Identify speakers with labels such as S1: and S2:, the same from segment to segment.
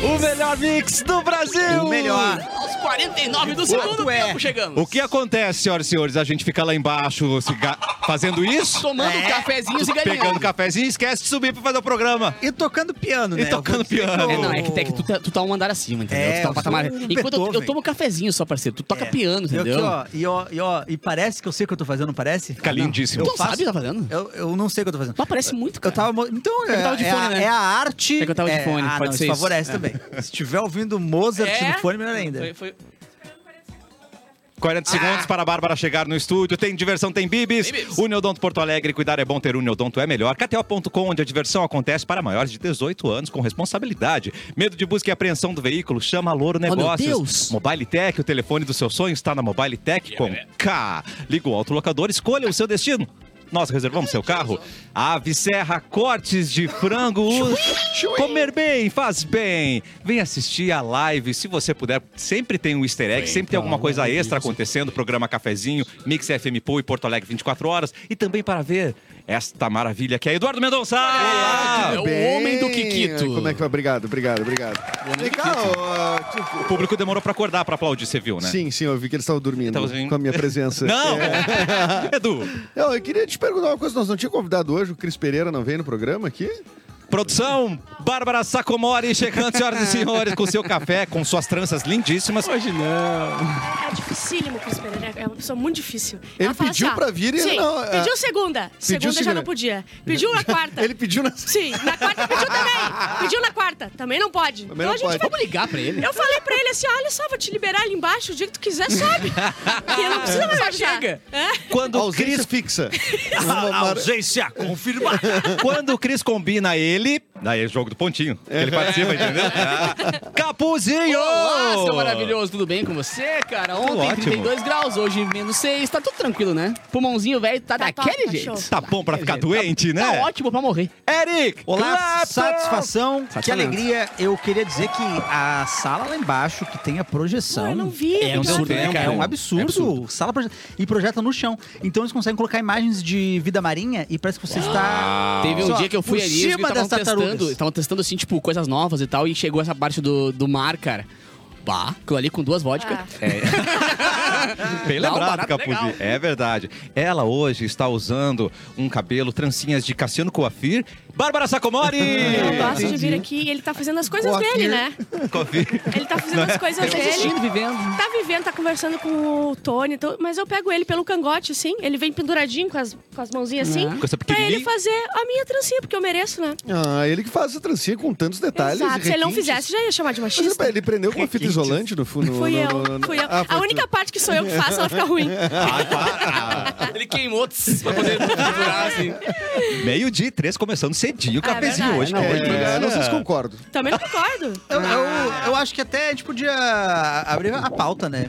S1: O melhor mix do Brasil!
S2: O melhor.
S3: Aos 49 do segundo
S2: é.
S3: tempo chegando.
S1: O que acontece, senhoras e senhores? A gente fica lá embaixo se ga- fazendo isso,
S3: Tomando
S2: É.
S3: cafezinhos e
S1: pegando
S3: galinhando.
S1: cafezinho e esquece de subir pra fazer o programa.
S2: E tocando piano,
S1: E
S2: né?
S1: tocando
S2: Eu vou dizer que
S1: piano.
S2: eu-
S3: É, não, é que, é que tu, tá, tu tá um andar acima, entendeu?
S2: É,
S3: tu tá um
S2: eu
S3: patamar.
S2: sou um
S3: Enquanto eu, eu
S2: Beethoven.
S3: tomo cafezinho só, parceiro. Tu toca
S2: É.
S3: piano,
S2: E aqui,
S3: entendeu?
S2: ó, e ó, e ó, e parece que eu sei o que eu tô fazendo, não parece?
S1: Fica lindíssimo. eu
S3: tu não sabe o que tá fazendo?
S2: Eu, eu não sei o que eu tô fazendo.
S3: Mas parece muito,
S2: Eu
S3: cara.
S2: tava. mo- Então,
S3: que eu
S2: é,
S3: tava de
S2: é
S3: fone,
S2: a,
S3: né?
S2: é a arte.
S3: É que eu tava de
S2: é-
S3: fone,
S2: ah,
S3: pode
S2: não,
S3: ser
S2: isso
S3: isso.
S2: favorece
S3: É.
S2: também. Se tiver ouvindo Mozart no fone, melhor ainda.
S3: Foi- foi-
S1: 40 segundos para a Bárbara chegar no estúdio. Tem diversão, tem bibis.
S3: Ah. Tem bibis.
S1: Uniodonto Porto Alegre, cuidar é bom, ter Uniodonto é melhor. KTO.com, onde a diversão acontece para maiores de 18 anos com responsabilidade. Medo de busca e apreensão do veículo, chama a Louro
S3: Oh, meu
S1: Negócios.
S3: Deus.
S1: Mobile Tech, o telefone do seu sonho está na Mobile Tech com K. Liga o autolocador, escolha o seu destino. Nós reservamos seu carro. Ave Serra Cortes de Frango. Comer bem, faz bem. Vem assistir a live, se você puder. Sempre tem um easter egg, sempre tem alguma coisa extra acontecendo. Programa Cafezinho, Mix FM Pool e Porto Alegre 24 horas. E também para ver esta maravilha que é Eduardo Mendonça.
S3: É o homem do Kikito.
S4: Como é que vai? Obrigado, obrigado, obrigado. Legal, ó, tipo,
S1: O público demorou para acordar para aplaudir, você viu, né?
S4: Sim, sim, eu vi que eles estavam dormindo
S1: Tava dormindo.
S4: com a minha presença.
S1: Não!
S4: É.
S1: Edu,
S4: Eu, eu queria te perguntar uma coisa, nós não tínhamos convidado hoje, o Cris Pereira não veio no programa aqui?
S1: produção, Bárbara Sacomori chegando, senhoras e senhores, com seu café, com suas tranças lindíssimas.
S3: Hoje não.
S5: É dificílimo o Cris Pereira, é uma pessoa muito difícil.
S4: Ele
S5: Ela fala assim,
S4: pediu pra vir e ele
S5: Sim,
S4: não, é.
S5: Pediu segunda. segunda já
S4: segunda.
S5: não podia. Pediu na
S1: Tá.
S5: quarta.
S4: Ele pediu na...
S5: Sim, na quarta pediu também. Pediu na quarta. Também não pode.
S4: Também não
S5: então a
S4: pode.
S5: gente vai.
S3: Vamos ligar pra ele.
S5: Eu falei pra ele assim: olha só, vou te liberar ali embaixo, o dia que tu quiser, sobe. Porque não precisa mais
S3: Só
S5: avisar.
S3: chega.
S5: É?
S1: Quando o
S4: Ausência
S1: Cris
S4: fixa. Uma mar-
S1: Ausência confirmada. Quando o Cris combina ele. Daí é jogo do pontinho. Ele participa, entendeu? Ah. Capuzinho!
S3: Uhum. Olá, seu maravilhoso, tudo bem com você, cara?
S1: Tudo
S3: Ontem
S1: ótimo.
S3: 32 graus, hoje menos 6, tá tudo tranquilo, né? Pulmãozinho velho tá,
S5: Tá
S3: daquele
S5: top, tá
S3: jeito.
S5: show.
S1: Tá bom pra ficar doente,
S3: Tá
S2: É.
S1: né?
S3: ótimo pra morrer.
S1: Eric!
S2: Olá,
S1: Clapton!
S2: satisfação. Que
S3: Satisfação.
S2: alegria. Eu queria dizer que a sala lá embaixo, que tem a projeção.
S5: Não, eu não vi.
S3: É um
S5: cara.
S3: absurdo, né, cara?
S2: É um absurdo.
S3: É absurdo.
S2: Sala proje- e projeta no chão. Então eles conseguem colocar imagens de vida marinha e parece que você está.
S3: Teve um
S2: Só
S3: dia que eu fui
S2: por
S3: ali e
S2: cima
S3: estavam
S2: das tartarugas.
S3: testando, estavam testando assim, tipo, coisas novas e tal, e chegou essa parte do, do mar, cara. Bah, aquilo ali com duas vodkas.
S5: Ah.
S1: Bem
S3: Dá um
S1: lembrado,
S3: barato
S1: Capuzinho.
S3: legal.
S1: É verdade. Ela hoje está usando um cabelo, trancinhas de Cassiano Coafir. Bárbara Sacomori!
S5: Eu gosto de vir aqui e ele tá fazendo as coisas
S4: Ó, aqui.
S5: dele, né?
S1: Coafir.
S5: Ele tá fazendo as coisas dele.
S3: Existindo, vivendo.
S5: Tá vivendo, tá conversando com o Tony, então- mas eu pego ele pelo cangote, assim. Ele vem penduradinho com as, com as mãozinhas assim.
S3: Uhum.
S1: É. Com essa
S5: Pra
S1: pequenininha.
S5: ele fazer a minha trancinha, porque eu mereço, né?
S4: Ah, ele que faz a trancinha com tantos detalhes
S5: Exato.
S4: e
S5: Se ele não
S4: requintes.
S5: fizesse, já ia chamar de
S4: Tá, Mas,
S5: machista.
S4: pá, ele prendeu com uma fita isolante no fundo.
S5: Fui
S4: no,
S5: eu,
S4: no- no- no-
S5: fui eu.
S4: Ah, foi
S5: a
S4: tu.
S5: única parte que sou eu que faço, ela fica ruim.
S3: Ele queimou tss, pra poder durar, assim.
S1: Meio-dia e três, começando cedinho o
S5: É
S1: cafezinho hoje.
S5: verdade.
S4: É,
S1: Capuzinho.
S4: não sei se concordo.
S5: Também não concordo.
S2: Eu, eu- eu acho que até a gente podia abrir a pauta, né?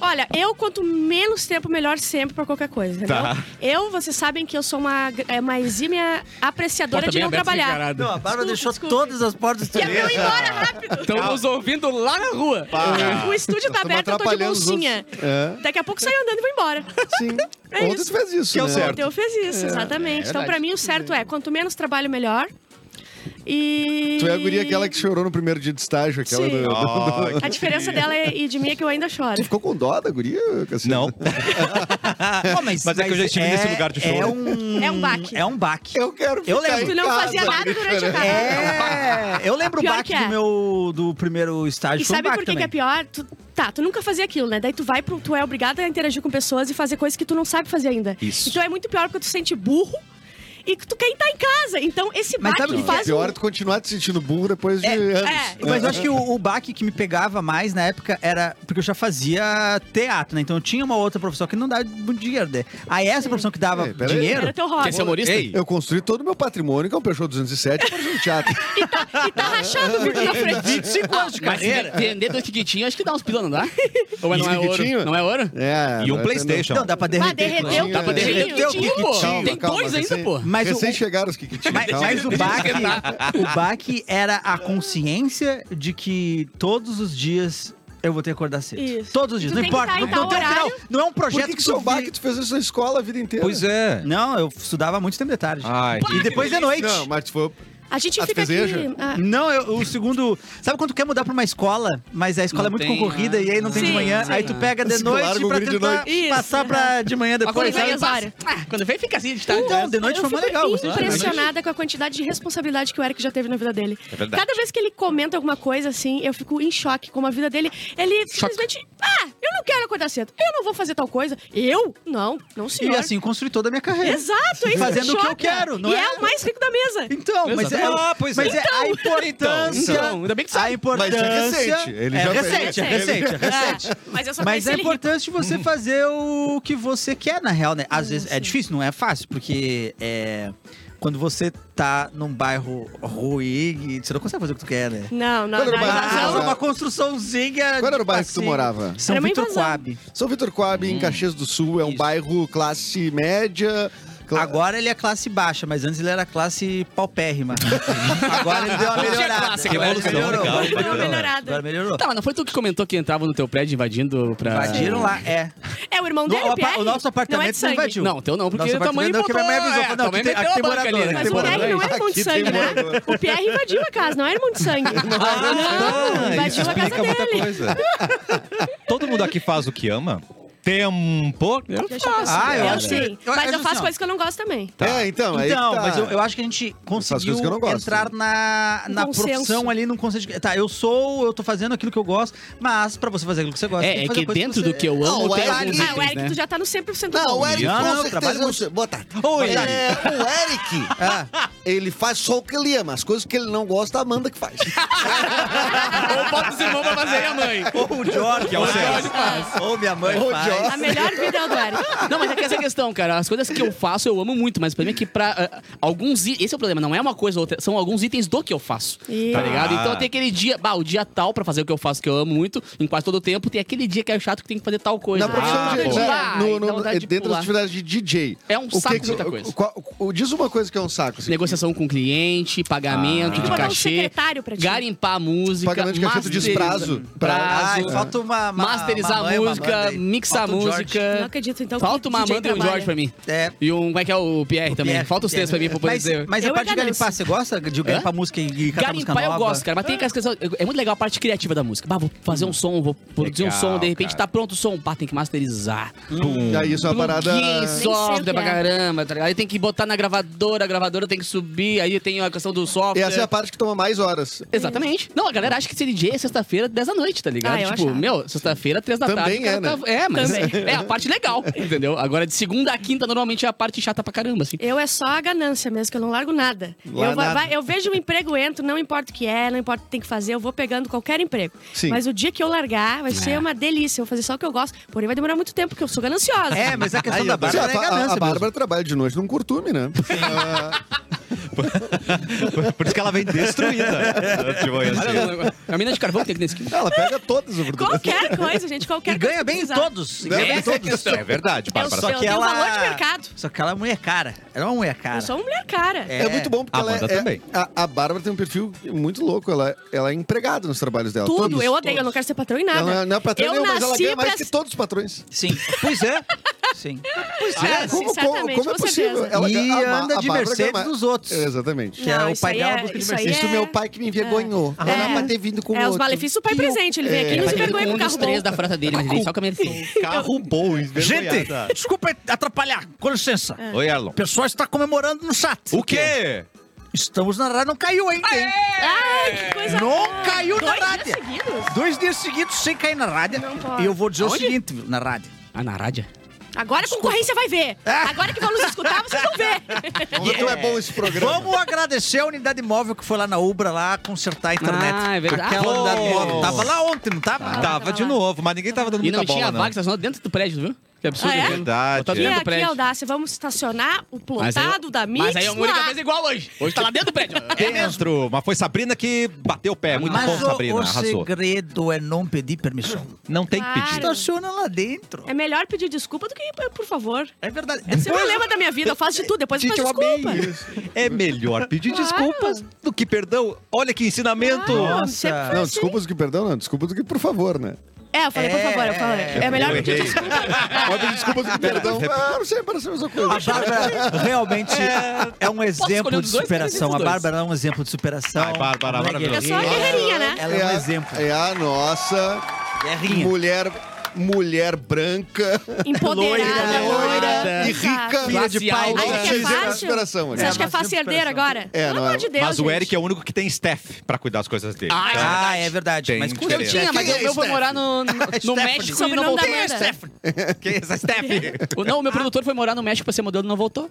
S5: Olha, eu quanto menos tempo, melhor sempre pra qualquer coisa, entendeu?
S1: Tá.
S5: Eu, vocês sabem que eu sou uma, é, uma exímia apreciadora
S3: Porta
S5: de
S3: bem
S5: não
S3: aberta,
S5: trabalhar.
S3: escancarada.
S2: Não, a Bárbara
S5: Desculpa,
S2: deixou
S5: desculpa.
S2: todas as portas
S5: Que é pra eu ir
S2: estudadas.
S5: embora rápido.
S1: Então,
S3: Estão nos ouvindo lá na rua.
S5: O estúdio tá
S4: Nós tamo
S5: aberto, eu tô de
S4: atrapalhando os
S5: bolsinha.
S4: outros. É.
S5: Daqui a pouco eu saio andando e vou embora.
S4: Sim.
S5: É
S4: Ontem
S5: isso.
S4: tu fez isso,
S1: Que é o
S4: né?
S1: certo.
S5: Ontem eu fiz isso, exatamente. então,
S4: verdade.
S5: pra mim, o certo é, quanto menos trabalho, melhor. E...
S4: Tu é a guria aquela que chorou no primeiro dia de estágio, aquela
S5: Sim.
S4: do- do-
S1: Ó, que
S5: A diferença dela é- e de mim é que eu ainda choro.
S4: Ficou com dó da guria, Cassiano?
S1: Não.
S2: Pô,
S1: Mas é que eu já estive nesse lugar de show.
S2: Ah,
S1: né?
S2: É um,
S5: É um baque.
S2: É um baque.
S4: Eu quero ficar
S2: Eu lembro.
S4: em
S5: Tu não
S4: casa.
S5: fazia nada durante a tarde.
S2: É, eu lembro
S5: Pior
S2: o baque
S5: que é.
S2: do meu do primeiro estágio.
S5: E
S2: foi um
S5: sabe
S2: baque
S5: por que,
S2: também.
S5: que é pior? Tu- tá, tu nunca fazia aquilo, né? Daí tu vai pro. Tu é obrigada a interagir com pessoas e fazer coisas que tu não sabe fazer ainda.
S1: Isso.
S5: Então é muito pior porque tu se sente burro e que tu quer estar em casa. Então esse
S2: Mas
S5: baque
S2: sabe o que
S4: O
S5: faz.
S4: pior
S5: um-
S4: é tu continuar te sentindo burro depois de
S2: É,
S4: anos.
S5: é.
S2: Mas eu acho que o, o baque que me pegava mais na época era porque eu já fazia teatro, né? Então eu tinha uma outra profissão que não dava muito dinheiro, né? Aí essa profissão que dava
S4: Ei, peraí.
S2: dinheiro.
S5: Era é teu hobby.
S3: Quer
S4: é
S3: ser humorista?
S1: Ei,
S4: Eu construí todo o meu patrimônio, que é um Peugeot 207, para um teatro.
S5: E tá, e tá rachado o vídeo na frente.
S2: 25 anos de
S3: Mas se
S2: carreira.
S3: vender dois quiquitinhos, acho que dá uns pila, não dá? Ou mas não é
S4: Quiquitinho?
S3: ouro? Não é ouro?
S4: É,
S1: e um
S4: vai
S1: PlayStation.
S2: Não, dá pra derreter.
S5: Bah, derreteu.
S2: claro.
S3: Dá pra derreter
S5: Derreteu
S3: o
S5: o
S3: quiquitinho, pô.
S4: Calma,
S3: Tem
S4: calma,
S3: dois ainda,
S4: recém-
S3: pô.
S2: Mas o-
S4: Recém chegaram os Kikitinhos.
S2: Mas,
S4: calma.
S2: mas o baque, o baque era a consciência de que todos os dias eu vou ter que acordar cedo.
S5: Isso.
S2: Todos os dias,
S5: Tu
S2: não
S5: tem que
S2: importa.
S5: tá
S2: Não,
S5: em
S2: não
S5: tal
S2: tem um final.
S5: horário.
S2: Não é um
S4: Por
S2: projeto
S4: que, que
S2: tu
S4: seu
S2: vi-
S4: baque tu fez isso na escola a vida inteira?
S1: Pois é.
S2: Não, eu estudava muito tempo de tarde.
S1: Ai,
S2: e depois de noite.
S4: Não, mas tu foi...
S5: A gente
S4: Ah, tu
S5: fica aqui.
S4: deseja?
S5: ah,
S2: Não, eu- o segundo. Sabe quando tu quer mudar pra uma escola, mas a escola
S3: Não
S2: é muito
S3: tem,
S2: concorrida
S3: ah.
S2: e aí não tem de
S5: Sim,
S2: manhã,
S5: sim.
S2: aí tu pega de
S4: Se
S2: noite
S4: larga o
S2: pra
S4: guri de
S2: tentar
S5: noite.
S2: passar
S5: Isso,
S2: pra de manhã
S3: Mas
S2: depois.
S5: quando vem
S2: sabe?
S5: as
S3: passa. Ah, Quando vem, fica assim de tarde.
S2: Então, de noite
S5: eu
S2: foi mais
S5: fico
S2: legal. gostei.
S5: impressionada com a quantidade de responsabilidade que o Eric já teve na vida dele.
S1: É verdade.
S5: Cada vez que ele comenta alguma coisa assim, eu fico em choque com a vida dele. Ele simplesmente, ah, eu não quero acordar cedo. Eu não vou fazer tal coisa. Eu? Não, não senhor.
S2: E assim, eu construí toda a minha carreira.
S5: Exato, isso
S2: Fazendo
S5: me
S2: o que eu
S5: choca.
S2: quero, não
S5: e
S2: é?
S5: é o mais rico da mesa.
S2: Então, mas é,
S1: Exatamente. Ah, pois é.
S2: mas é a importância.
S3: Então, ainda bem que sabe.
S2: A importância.
S4: é recente, ele
S2: é,
S4: já fez.
S2: recente, é recente, é recente.
S5: Ah, mas eu só
S2: Mas
S5: conheci
S2: é
S5: ele rico.
S2: importante você fazer o que você quer, na real, né?
S3: Ah,
S2: Às vezes é difícil, não é fácil, porque é, quando você tá num bairro ruim, você não consegue fazer o que tu quer, né?
S5: Não, não,
S4: Quando
S5: não.
S4: ele vai-
S5: não,
S2: Mas
S5: não.
S2: é uma construçãozinha.
S4: Qual era o
S2: tipo
S4: bairro que tu
S2: assim,
S4: morava?
S2: São
S5: Era uma
S2: Vitor
S5: invasão.
S2: Coab.
S4: São Vitor Coab, em Caxias do Sul, é um
S3: Isso.
S4: bairro classe média. cla-
S2: Agora ele é classe baixa, mas antes ele era classe paupérrima. Agora ele deu uma
S3: Hoje é
S2: melhorada.
S3: classe,
S2: Agora ele
S1: evolução,
S2: melhorou,
S1: legal,
S2: agora ele
S1: bacana.
S2: melhorou.
S5: Melhorada.
S2: Agora melhorou.
S3: Tá, mas não foi tu que comentou que entrava no teu prédio invadindo pra.
S2: Invadiram lá, é.
S5: É o irmão
S2: No-
S5: dele,
S2: o
S5: o,
S2: apa-
S5: Pierre.
S2: o nosso apartamento
S5: não é
S2: não
S5: de sangue.
S2: invadiu.
S3: Não, teu não, porque
S2: Nossa,
S3: o tamanho
S2: apartamento
S3: botou...
S2: que a
S3: É,
S2: minha mãe avisou, falou, não,
S3: também
S2: aqui tem-
S3: meteu
S2: aqui
S3: a
S2: tem
S3: banca
S2: morador,
S3: ali,
S2: aqui
S5: Mas
S3: né?
S5: o Pierre não era irmão de
S4: Aqui tem
S5: sangue, né? O Pierre invadiu a casa, não era irmão de sangue. Não,
S1: Ah, isso
S5: invadiu a casa
S1: explica muita
S5: dele.
S1: coisa. Todo mundo aqui faz o que ama? Tempo.
S5: Deixa eu
S2: Ah,
S5: passar.
S2: eu
S5: eu
S2: acho-
S5: sei.
S2: eu
S5: Mas
S2: acho
S5: eu faço
S2: assim, ó.
S5: coisas que eu não gosto também.
S4: É, então, aí
S2: Então,
S4: que tá.
S2: mas eu, eu acho que a gente
S4: coisas
S2: conseguiu
S4: que eu não gosto. né?
S2: entrar na, na
S5: consenso.
S2: profissão ali num conceito. de- Tá, eu sou, eu tô fazendo aquilo que eu gosto, mas pra você fazer aquilo que você gosta, tem
S3: É, é
S2: fazer
S3: que
S2: coisa
S3: dentro
S2: você-
S3: do que eu amo
S6: Ah,
S3: tem
S6: o
S3: alguns
S6: Eric-
S5: Ah, o
S3: itens,
S5: Eric,
S3: né?
S5: tu já tá no 100% do
S6: Não, o Eric
S2: Não, não,
S6: com
S2: trabalho
S6: certeza
S2: muito.
S6: não sei. Boa tarde.
S2: Oi.
S6: É, o Eric,
S2: Ah,
S6: ele faz só o que ele ama. As coisas que ele não gosta, a Amanda que faz.
S3: Ou bota os irmãos pra fazer e a mãe.
S2: ou o Jorge, que é o
S3: Jorge
S2: faz. Ou minha mãe
S4: Ou o
S2: faz.
S4: Jorge.
S5: A melhor vida é o do Eric.
S3: Não, mas é que essa é a questão, cara. As coisas que eu faço eu amo muito, mas o problema é que pra ah, alguns. i- Esse é o problema, não é uma coisa ou outra, são alguns itens do que eu faço.
S5: Isso.
S3: Tá ligado?
S2: Ah.
S3: Então tem aquele dia, bah, o dia tal pra fazer o que eu faço que eu amo muito, em quase todo o tempo, tem aquele dia que é chato que tem que fazer tal coisa.
S4: Na profissão
S3: Ah,
S4: de,
S3: pô.
S4: né,
S3: Ai,
S4: no-
S3: dá
S4: no-
S3: vontade de
S4: dentro das
S3: pular.
S4: atividades de DJ.
S3: É um
S4: O que
S3: saco
S4: que-
S3: de muita
S4: o-
S3: coisa.
S4: qual- o- diz uma coisa que é um saco. assim.
S3: Negociação com cliente, pagamento
S2: Ah.
S5: Tem que
S3: de
S5: botar um
S3: cachê,
S5: secretário pra ti.
S3: garimpar a música,
S4: Pagamento de cachê, tu diz
S3: masteriza-
S4: prazo. Ah,
S2: Ai,
S3: prazo,
S2: falta uma, uma-
S3: masterizar
S2: uma
S3: a
S2: mãe, uma
S3: música,
S2: Amanda aí.
S3: mixar a
S2: Falta um Jorge.
S3: música.
S5: Não acredito, então, que
S3: Falta uma
S5: DJ
S3: Amanda e um
S5: trabalha.
S3: Jorge pra mim.
S2: É.
S3: E um, como é que é o Pierre também?
S2: Pierre,
S3: Falta os textos pra mim pra poder
S2: mas,
S3: dizer.
S2: Mas a
S5: Eu
S2: parte de
S5: agradeço.
S2: garimpar, você gosta de garimpar música e cantar música
S3: Garimpar
S2: nova?
S3: eu gosto, cara, mas tem aquelas questões. É muito legal a parte criativa da música. Bah, vou
S2: Hum.
S3: fazer um som, vou produzir
S1: Legal,
S3: um som, de repente
S1: cara.
S3: tá pronto o som, pá, tem que masterizar.
S4: E aí isso é uma parada...
S3: Plugin,
S5: Nem sei
S3: software
S5: o que
S3: pra
S5: é.
S3: caramba, tá ligado? Aí tem que botar na gravadora, a gravadora tem que subir, aí tem a questão do software.
S4: Essa é a parte que toma mais horas.
S3: Exatamente. Não, a galera acha que ser DJ é sexta-feira, 10 da noite, tá ligado?
S5: Ah, eu
S3: tipo,
S5: achava.
S3: meu, sexta-feira, 3 da
S4: Também
S3: tarde. o cara
S4: é, né?
S3: tá- É, mas
S5: Também.
S3: é a parte legal, entendeu? Agora, de segunda a quinta, normalmente é a parte chata pra caramba, assim.
S5: Eu é só a ganância mesmo, que eu não largo nada.
S4: Lá
S5: eu, va-
S4: nada.
S5: vai- eu vejo um emprego, entro, não importa o que é, não importa o que tem que fazer, eu vou pegando qualquer emprego.
S4: Sim.
S5: Mas o dia que eu largar, vai ser uma delícia. Eu vou fazer só o que eu gosto. Porém, vai demorar muito tempo, porque eu sou gananciosa.
S2: É, mas a questão
S4: tá. Sim,
S2: da
S4: a, Ba-
S2: Bárbara é
S4: a- a
S2: ganância mesmo.
S4: Bárbara trabalha de noite num curtume, né?
S1: Por isso que ela vem destruída. Tipo, assim.
S3: A mina de carvão que tem que ter skin.
S4: Ela pega todas as oportunidades.
S5: Qualquer coisa, gente, qualquer
S2: E ganha
S5: coisa que
S2: bem em
S5: precisar.
S2: todos.
S4: Ganha bem em
S2: Essa é a questão.
S1: É verdade, Bárbara.
S5: sou-
S1: Só
S5: Eu
S1: que
S5: tenho valor de mercado.
S2: Só que ela é mulher cara. Ela é uma mulher cara.
S5: Eu sou uma mulher cara.
S2: É.
S4: É. muito bom porque
S1: A
S4: ela
S1: Amanda
S4: é,
S1: também.
S4: A, a Bárbara tem um perfil muito louco. Ela, ela é empregada nos trabalhos dela.
S5: Tudo,
S4: todos,
S5: eu odeio, eu
S4: todos.
S5: não quero ser patrão em nada.
S4: Ela não é patrão
S5: eu
S4: nenhum, mas ela
S5: nasci
S4: ganha mais
S5: pra-
S4: que todos os patrões.
S2: Sim. Pois é. Sim. é.
S5: Ah, sinceramente, com certeza.
S4: é Ela
S2: E
S4: ganha- a Ma-
S2: anda
S4: a
S2: de
S4: Bárbara
S2: Mercedes
S4: ganha-
S2: dos outros.
S4: Exatamente.
S2: Que é
S5: Não,
S2: o
S5: isso
S2: pai
S5: aí
S2: dela,
S5: é-
S2: busca de
S5: isso aí
S2: Mercedes.
S4: Isso meu pai que me envergonhou.
S2: Ah.
S4: Não dá
S5: É.
S4: pra ter vindo com
S5: É, os
S4: outro. É.
S5: malefícios do pai presente. Ele vem aqui e nos
S3: Tá vindo
S5: envergonha
S3: com
S5: com
S3: um
S5: o
S3: dos
S5: carro
S3: três
S5: bom.
S3: da frota dele, mas ele só assim. com a minha
S1: carro bom,
S2: Gente,
S1: tá.
S2: desculpa atrapalhar. Com licença.
S5: É.
S1: Oi, Erlon.
S2: O pessoal está comemorando no chat.
S1: O quê?
S2: Estamos na rádio. Não caiu ainda, hein?
S5: Ai, que coisa
S2: Não
S5: boa.
S2: caiu na
S5: Dois dias
S2: rádia.
S5: seguidos?
S2: Dois dias seguidos sem cair na rádio.
S5: Não pode.
S2: E eu vou dizer o
S3: Aonde?
S2: seguinte, viu, na rádio.
S3: Ah, na rádio?
S5: Agora a concorrência vai ver. Agora que vão nos escutar, vocês vão ver.
S4: Como é. bom esse programa.
S2: Vamos agradecer a unidade móvel que foi lá na Ubra lá consertar a internet.
S3: Ah, é verdade.
S2: Aquela
S1: Ah,
S2: unidade
S1: boa.
S2: móvel. Tava lá ontem, não tava?
S1: Tava de novo, mas ninguém tava dando
S3: E não
S1: muita
S3: tinha
S1: bola, né?
S3: vaga estacionada dentro do prédio, viu? Que absurdo.
S5: Ah, é?
S3: né?
S1: Verdade,
S3: Botar
S1: é.
S5: E
S3: dentro do
S5: aqui,
S3: prédio.
S5: Audácia, vamos estacionar o
S3: Mas aí-
S5: plotado da Mix
S3: Mas é aí a
S5: lá.
S3: Mônica fez igual hoje. Hoje tá lá dentro do prédio.
S1: Não. Dentro, É mas foi Sabrina que bateu o pé. Muito
S2: Mas
S1: bom,
S2: o,
S1: Sabrina.
S2: o
S1: Arrasou.
S2: segredo é não pedir permissão.
S1: Não tem que
S5: Claro.
S1: pedir.
S2: Estaciona lá dentro.
S5: É melhor pedir desculpa do que ir, por favor.
S2: É verdade.
S5: Você não lembra da minha vida, eu faço de tudo, depois eu
S1: Gente,
S5: peço
S1: eu
S5: desculpa.
S1: amei isso. É melhor pedir
S5: Claro.
S1: desculpas do que perdão. Olha que ensinamento.
S5: Claro,
S2: Nossa.
S5: sempre foi
S4: Não,
S5: assim.
S4: desculpas do que perdão, não. Desculpas do que por favor, né?
S5: É, eu falei, por
S2: É,
S5: favor, eu falei.
S2: é,
S5: É melhor
S1: eu
S5: pedir
S1: errei.
S5: desculpa.
S4: Pode desculpa do perdão. Ah, não sei, parece a mesma coisa.
S2: A Bárbara realmente é, um
S3: escolher
S2: exemplo
S3: um
S2: de
S3: dos dois?
S2: superação.
S3: Esses
S2: A
S3: dois.
S2: Bárbara é um exemplo de superação.
S1: Ai, Bárbara,
S2: Ela é
S1: maravilhosa.
S5: Eu sou a
S2: guerreira.
S5: guerreirinha, né?
S2: Ela é um exemplo.
S4: Ah, É a nossa
S2: Guerrinha.
S4: mulher, mulher branca,
S5: Empoderada,
S2: Loira,
S5: loira
S4: loira e rica.
S2: Filha de pau.
S3: Glacial.
S5: Acha que é
S4: Autismo e
S5: fácil?
S4: superação,
S5: Você acha que
S2: É,
S5: é
S2: mas
S5: fácil ser
S2: tem
S5: herdeiro
S2: superação.
S5: agora?
S4: É,
S5: Pelo
S4: não
S5: amor
S4: é.
S5: de Deus,
S1: Mas o
S5: gente.
S1: Eric é o único que tem staff pra cuidar das coisas dele.
S3: Ah,
S1: Então,
S2: Ah, é verdade.
S1: Tem
S2: mas
S1: um
S2: custa
S3: Eu tinha, mas eu,
S4: Quem é
S3: eu vou morar no, no, no
S2: Stephanie.
S3: México e não
S5: Sobrenome
S3: voltei.
S5: da Amanda.
S1: Quem é essa Steph?
S3: O- Não, o meu produtor foi morar no México pra ser modelo e não voltou.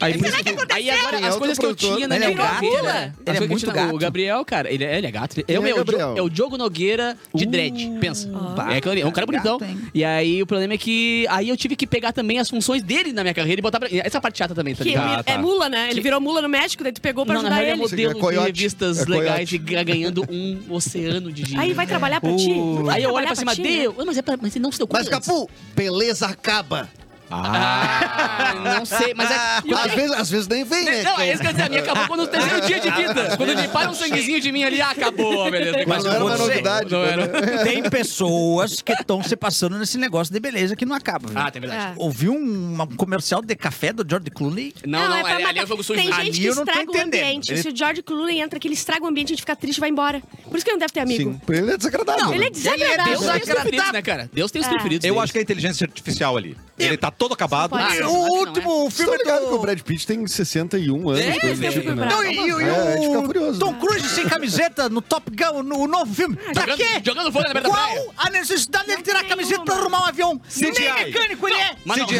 S3: Aí, por isso
S5: será que aconteceu?
S3: aí agora
S4: Tem
S3: as
S4: outro
S3: coisas que eu
S4: produtor.
S3: tinha na
S2: Ele é
S3: minha
S2: um gato,
S3: carreira.
S2: né? Ele
S3: as
S2: é
S3: coisas que eu
S2: muito
S3: tinha- O
S2: gato.
S3: Gabriel, cara, ele é, ele é gato. Ele, é, o
S4: Quem é
S3: meu- é o
S4: Gabriel?
S3: Diogo- é o Diogo Nogueira de dread, pensa. é, aquele ali, é um cara bonitão.
S2: gato, hein?
S3: e aí o problema é que aí eu tive que pegar também as funções dele na minha carreira e botar pra. Essa parte chata também, tá
S5: Que
S3: ligado?
S1: Tá, tá.
S5: É mula, né? Ele virou mula no México, daí tu pegou pra
S3: Não, na
S5: ajudar
S3: verdade é
S5: ele.
S4: É
S3: modelo de
S4: coiote.
S3: revistas
S4: É
S3: legais e
S4: coiote.
S3: ga- ganhando um oceano de dinheiro.
S5: É. Aí vai trabalhar pra ti?
S2: Uh.
S5: Vai
S3: Aí eu olho
S5: trabalhar
S3: pra cima
S5: ti,
S3: dele,
S5: né?
S3: "Ué, mas, é pra- mas ele não se deu
S6: Mas,
S3: conta antes."
S6: Capu, beleza acaba.
S3: Ah, não sei, mas é.
S6: Às vezes, às vezes nem vem, né?
S3: Não, é isso que eu ia dizer, a minha acabou quando o terceiro dia de vida. Quando limparam um sanguezinho de mim ali, ah, acabou, beleza.
S4: Mas não era uma
S2: Você-
S4: novidade.
S3: Não
S4: né?
S3: era.
S2: Tem pessoas que estão se passando nesse negócio de beleza que não acaba. viu?
S3: Ah, tem verdade.
S5: É.
S2: Ouvi um, um comercial de café do George Clooney?
S3: Não, não,
S5: é pra
S3: ali, ali é
S5: matar.
S3: eu fogo sujo.
S5: Tem gente
S2: Ali
S5: que
S2: eu não tô
S5: estraga o
S2: entendendo.
S5: ambiente.
S2: Ele-
S5: Se o George Clooney entra aqui, ele estraga o ambiente, a gente fica triste e vai embora. Por isso que ele não deve ter amigo.
S4: Sim. Ele é desagradável.
S5: Ele é desagradável.
S3: Deus tem os
S2: Desagradável.
S3: preferidos, né, cara? Deus tem os preferidos.
S1: Eu
S3: né?
S1: acho que é inteligência artificial ali. Ele tá todo acabado.
S5: Não pode.
S1: Ah,
S5: Sim.
S2: o
S3: não, é.
S2: último
S4: Você tá
S2: filme
S4: ligado
S2: do...
S4: que o Brad Pitt tem 61 anos.
S3: É,
S4: coisa do
S5: esse é
S4: tipo,
S5: super
S4: né?
S5: bravo.
S2: Não, Então, e, e- e
S4: É, aí fica
S2: o
S4: curioso.
S2: Tom Cruise sem camiseta no Top Gun, no o novo filme. Pra
S3: né? Ah, Jogando-
S2: quê?
S3: jogando vôlei na beira da praia.
S2: Qual a necessidade dele tirar a camiseta pra
S5: nenhuma.
S2: arrumar um avião? Nem
S1: CGI.
S2: mecânico ele é.
S3: Mas não,
S1: CGI.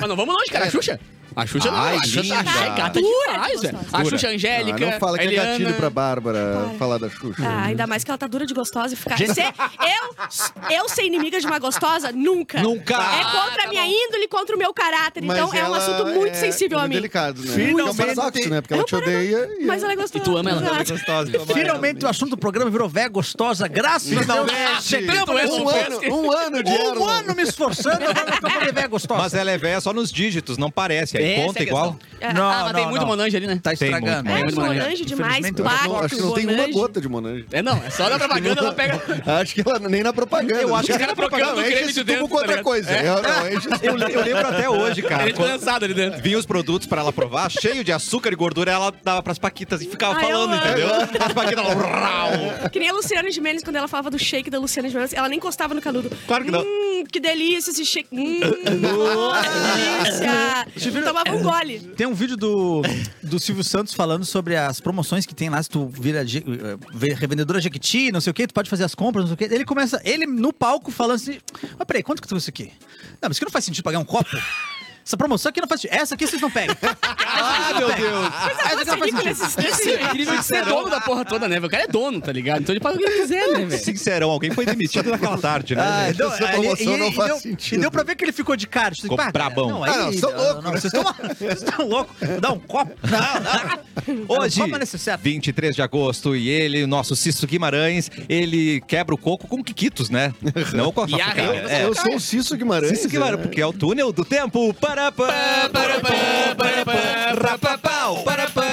S3: mas não vamos longe, cara. A Xuxa. A Xuxa não.
S1: Ai,
S3: A Xuxa
S1: linda.
S3: é gata
S5: Dura
S3: demais,
S5: de
S3: velho. A
S1: gostosa.
S3: Xuxa
S4: Ah,
S3: Angélica.
S4: não fala que é
S3: Eliana.
S4: gatilho pra Bárbara
S5: Para.
S4: falar da Xuxa.
S5: Ah, ainda mais que ela tá dura de gostosa e ficar. Ser- eu, eu ser inimiga de uma gostosa? Nunca.
S1: Nunca.
S5: É contra
S3: Ah, tá
S5: a minha
S3: bom.
S5: índole, contra o meu caráter.
S4: Mas
S5: então é um
S4: ela
S5: assunto muito
S4: é-
S5: sensível
S4: é
S5: a mim.
S4: delicado, né?
S2: Finalmente-
S4: É um paradoxo, né? Porque ela
S5: É um
S4: te odeia e...
S5: Mas ela é gostosa.
S3: E tu ama ela?
S5: Exato.
S1: Gostosa.
S2: Finalmente o assunto do programa virou véia gostosa, graças a Deus.
S1: Finalmente.
S2: Chegamos
S3: é
S4: um, ano, um ano de
S2: um
S4: erva.
S2: ano me esforçando, agora eu tô falando véia gostosa.
S1: Mas ela é velha só nos dígitos, não parece. Aí
S3: Essa é a
S1: conta
S3: questão.
S1: igual.
S5: É.
S2: Não,
S3: Ah, mas tem
S2: não,
S3: muito
S2: não.
S3: Monange ali, né?
S2: Tá
S1: Tem muito,
S2: estragando.
S1: né?
S5: É,
S3: Muito
S5: sou
S3: Monange.
S5: anjo demais,
S2: Infelizmente, eu
S5: pacto,
S4: Não, acho que não tem uma
S5: Bonange.
S4: gota de Monange.
S3: É, não. É só na propaganda ela pega.
S4: Acho que ela nem na propaganda.
S1: Eu acho que
S3: nem na propaganda
S4: Não,
S3: do
S4: enche
S3: creme
S4: esse
S3: de dentro,
S4: tubo
S3: tá
S4: com outra
S3: ligado?
S4: coisa.
S3: É.
S4: Eu, não, enche esse
S1: Eu,
S4: tubo.
S1: eu lembro até hoje, cara.
S3: Ele tá
S1: quando
S3: dançado ali dentro.
S1: Vinha os produtos pra ela provar, cheio de açúcar e gordura, ela dava pras paquitas e ficava
S5: Ai, eu
S1: falando,
S5: amo.
S1: entendeu? As
S3: tá
S1: paquitas, ela... "Rau".
S5: Que nem a Luciana Gimenez, quando ela falava do shake da Luciana Gimenez, ela nem encostava no canudo.
S1: Claro que não.
S5: Hum, que delícia esse shake. Hum, nossa, que delícia. Tomava um
S4: É.
S5: gole.
S2: Tem um vídeo do, do Silvio Santos falando sobre as promoções que tem lá, se tu vira je- eh, vê- revendedora Jequiti, não sei o quê, tu pode fazer as compras, não sei o quê. Ele começa, ele no palco falando assim, mas peraí, quanto que tu isso aqui? Não, mas isso aqui não faz sentido pagar um copo. Essa promoção aqui não faz sentido. Essa aqui vocês não pegam. ah, meu Deus. Essa aqui não faz
S5: Ridícula
S2: sentido.
S5: essa existência.
S3: Isso é incrível de ser dono da porra toda, né? velho? O cara é dono, tá ligado? Então ele paga o que ele quiser, né, velho?
S1: Sincerão, alguém foi demitido naquela tarde, né?
S2: Ah,
S1: gente?
S2: então,
S4: Essa
S2: ali-
S4: promoção
S2: e-
S4: não
S2: e
S4: faz
S2: deu-
S4: sentido.
S2: E deu pra ver que ele ficou de cara. Ficou
S1: Ficou brabão.
S2: Não,
S4: Ah, não,
S2: aí-
S4: são loucos,
S2: não,
S4: né?
S2: Vocês estão- vocês estão loucos. Dá um copo.
S1: Hoje,
S2: Não, toma nesse certo.
S1: 23 de agosto, e ele, o nosso Cício Guimarães, ele quebra o coco com quiquitos, né? Não com a
S3: E a
S1: cara.
S3: raiva
S1: É.
S4: Eu sou o Cício Guimarães.
S1: Cício Guimarães,
S4: né?
S1: porque é o túnel do tempo. Para, pá, para, pá, para, pá, ra, pá, pau, para, pá,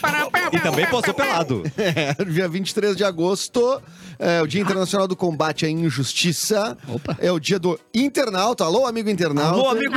S1: para, pá. E também passou pelado.
S4: É, dia 23 de agosto, é o Dia Internacional do Combate à Injustiça. É o dia do internauta. Alô, amigo internauta.
S2: Alô, amigo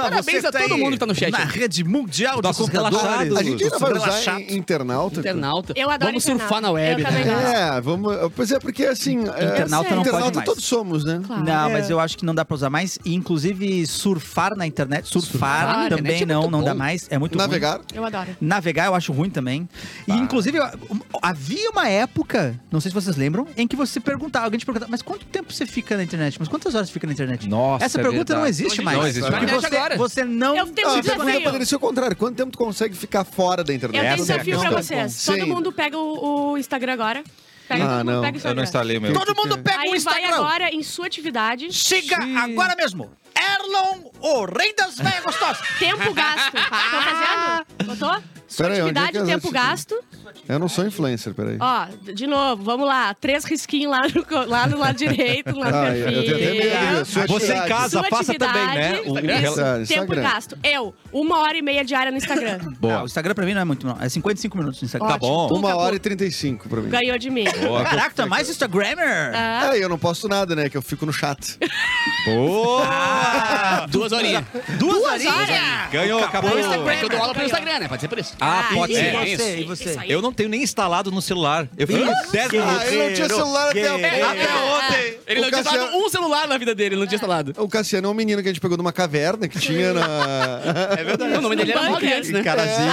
S2: internauta,
S3: hein?
S2: você
S3: Parabéns a
S2: tá
S3: todo
S2: aí
S3: mundo que tá no chat.
S2: Na rede mundial de
S1: Nossos
S2: computadores.
S1: relaxados.
S4: A gente ainda
S2: Os
S4: vai usar
S2: relaxados.
S4: em- internauta.
S3: Internauta.
S5: Eu adoro
S3: Vamos
S5: internauta.
S3: surfar na web,
S5: Eu também
S3: né?
S5: gosto.
S4: É, vamos. Pois é, porque assim. é,
S2: Internauta não pode mais.
S4: todos somos, né?
S5: Claro.
S2: Não, mas eu acho que não dá pra usar mais. E, inclusive, surfar na internet. Surfar,
S3: Surfar, a
S2: também
S3: internet é
S2: não,
S3: muito
S2: não
S3: bom.
S2: dá mais. É muito ruim.
S4: Navegar.
S5: Eu adoro.
S2: Navegar eu acho ruim também. E, inclusive, eu- um- havia uma época, não sei se vocês lembram, em que você perguntava, alguém te perguntava, mas quanto tempo você fica na internet? Mas quantas horas você fica na internet?
S1: Nossa,
S2: Essa
S1: é
S2: pergunta não
S1: verdade.
S2: existe
S3: Não
S2: mais.
S1: existe mais.
S2: Porque
S3: Internet
S2: você,
S3: agora.
S2: você não...
S5: Eu tenho um
S4: a pergunta
S5: desafio.
S4: Ah, poderia ser o contrário. Quanto tempo tu consegue ficar fora da
S5: Eu
S4: internet?
S5: tenho um
S1: Essa é a
S5: desafio pra
S1: questão.
S5: vocês.
S4: Sim.
S5: Todo mundo pega o, o Instagram agora. Pega,
S4: Ah,
S5: todo mundo
S4: não. um
S5: pega o Instagram.
S1: Eu não instalei o meu.
S2: Todo mundo pega o
S5: Aí vai
S2: Instagram.
S5: um agora em sua atividade.
S2: Siga agora mesmo. Marlon, o rei das velhas gostosas.
S5: Tempo gasto. Tá fazendo? Botou?
S4: Pera aí, onde é
S5: Atividade,
S4: que é
S5: tempo
S4: esse-
S5: gasto.
S4: Eu não sou influencer, peraí.
S5: Ó, de novo, vamos lá. Três risquinhos lá no, co- lá no lado direito, no lado
S4: Ah,
S5: da
S4: eu- eu tenho até medo
S5: filha.
S4: disso. Sua
S1: Você em
S4: atividade.
S1: casa,
S5: Sua
S1: faça também, né?
S5: atividade.
S1: O,
S5: Isso.
S1: o-
S4: Instagram,
S5: Tempo
S4: Instagram.
S5: gasto. Eu, uma hora e meia diária no Instagram.
S2: Ah, o Instagram pra mim não é muito, não. É 55 minutos no Instagram.
S1: Tá
S5: Ótimo.
S1: bom.
S5: Tudo
S4: Uma
S5: acabou.
S4: hora e trinta e cinco pra mim.
S5: Ganhou de mim.
S1: Boa.
S2: Caraca, tu é mais Instagrammer?
S5: Ah,
S4: É, eu não posto nada, né? Que eu fico no chat.
S2: Ah,
S1: Boa!
S3: Duas horinhas.
S2: Duas, horas!
S1: Ganhou, acabou.
S2: o Instagram.
S3: É que eu dou aula pelo Instagram, né? Pode ser por isso.
S1: Ah, pode
S2: E
S1: ser.
S3: É
S2: você?
S3: isso.
S2: E você?
S5: Isso aí.
S1: Eu não tenho nem instalado no celular. Eu fico
S2: Isso.
S1: 10
S4: Ah,
S1: minutos.
S4: eu não tinha celular até
S5: Ah,
S1: Até
S4: ontem.
S2: Ah,
S1: ontem.
S3: Ele
S4: O
S3: não tinha
S4: Cassiano-
S3: instalado um celular na vida dele, ele não tinha instalado.
S4: O Cassiano é um menino que a gente pegou de uma caverna que tinha na.
S3: É verdade. O nome dele era
S5: Bunker.
S3: Mogli antes, né?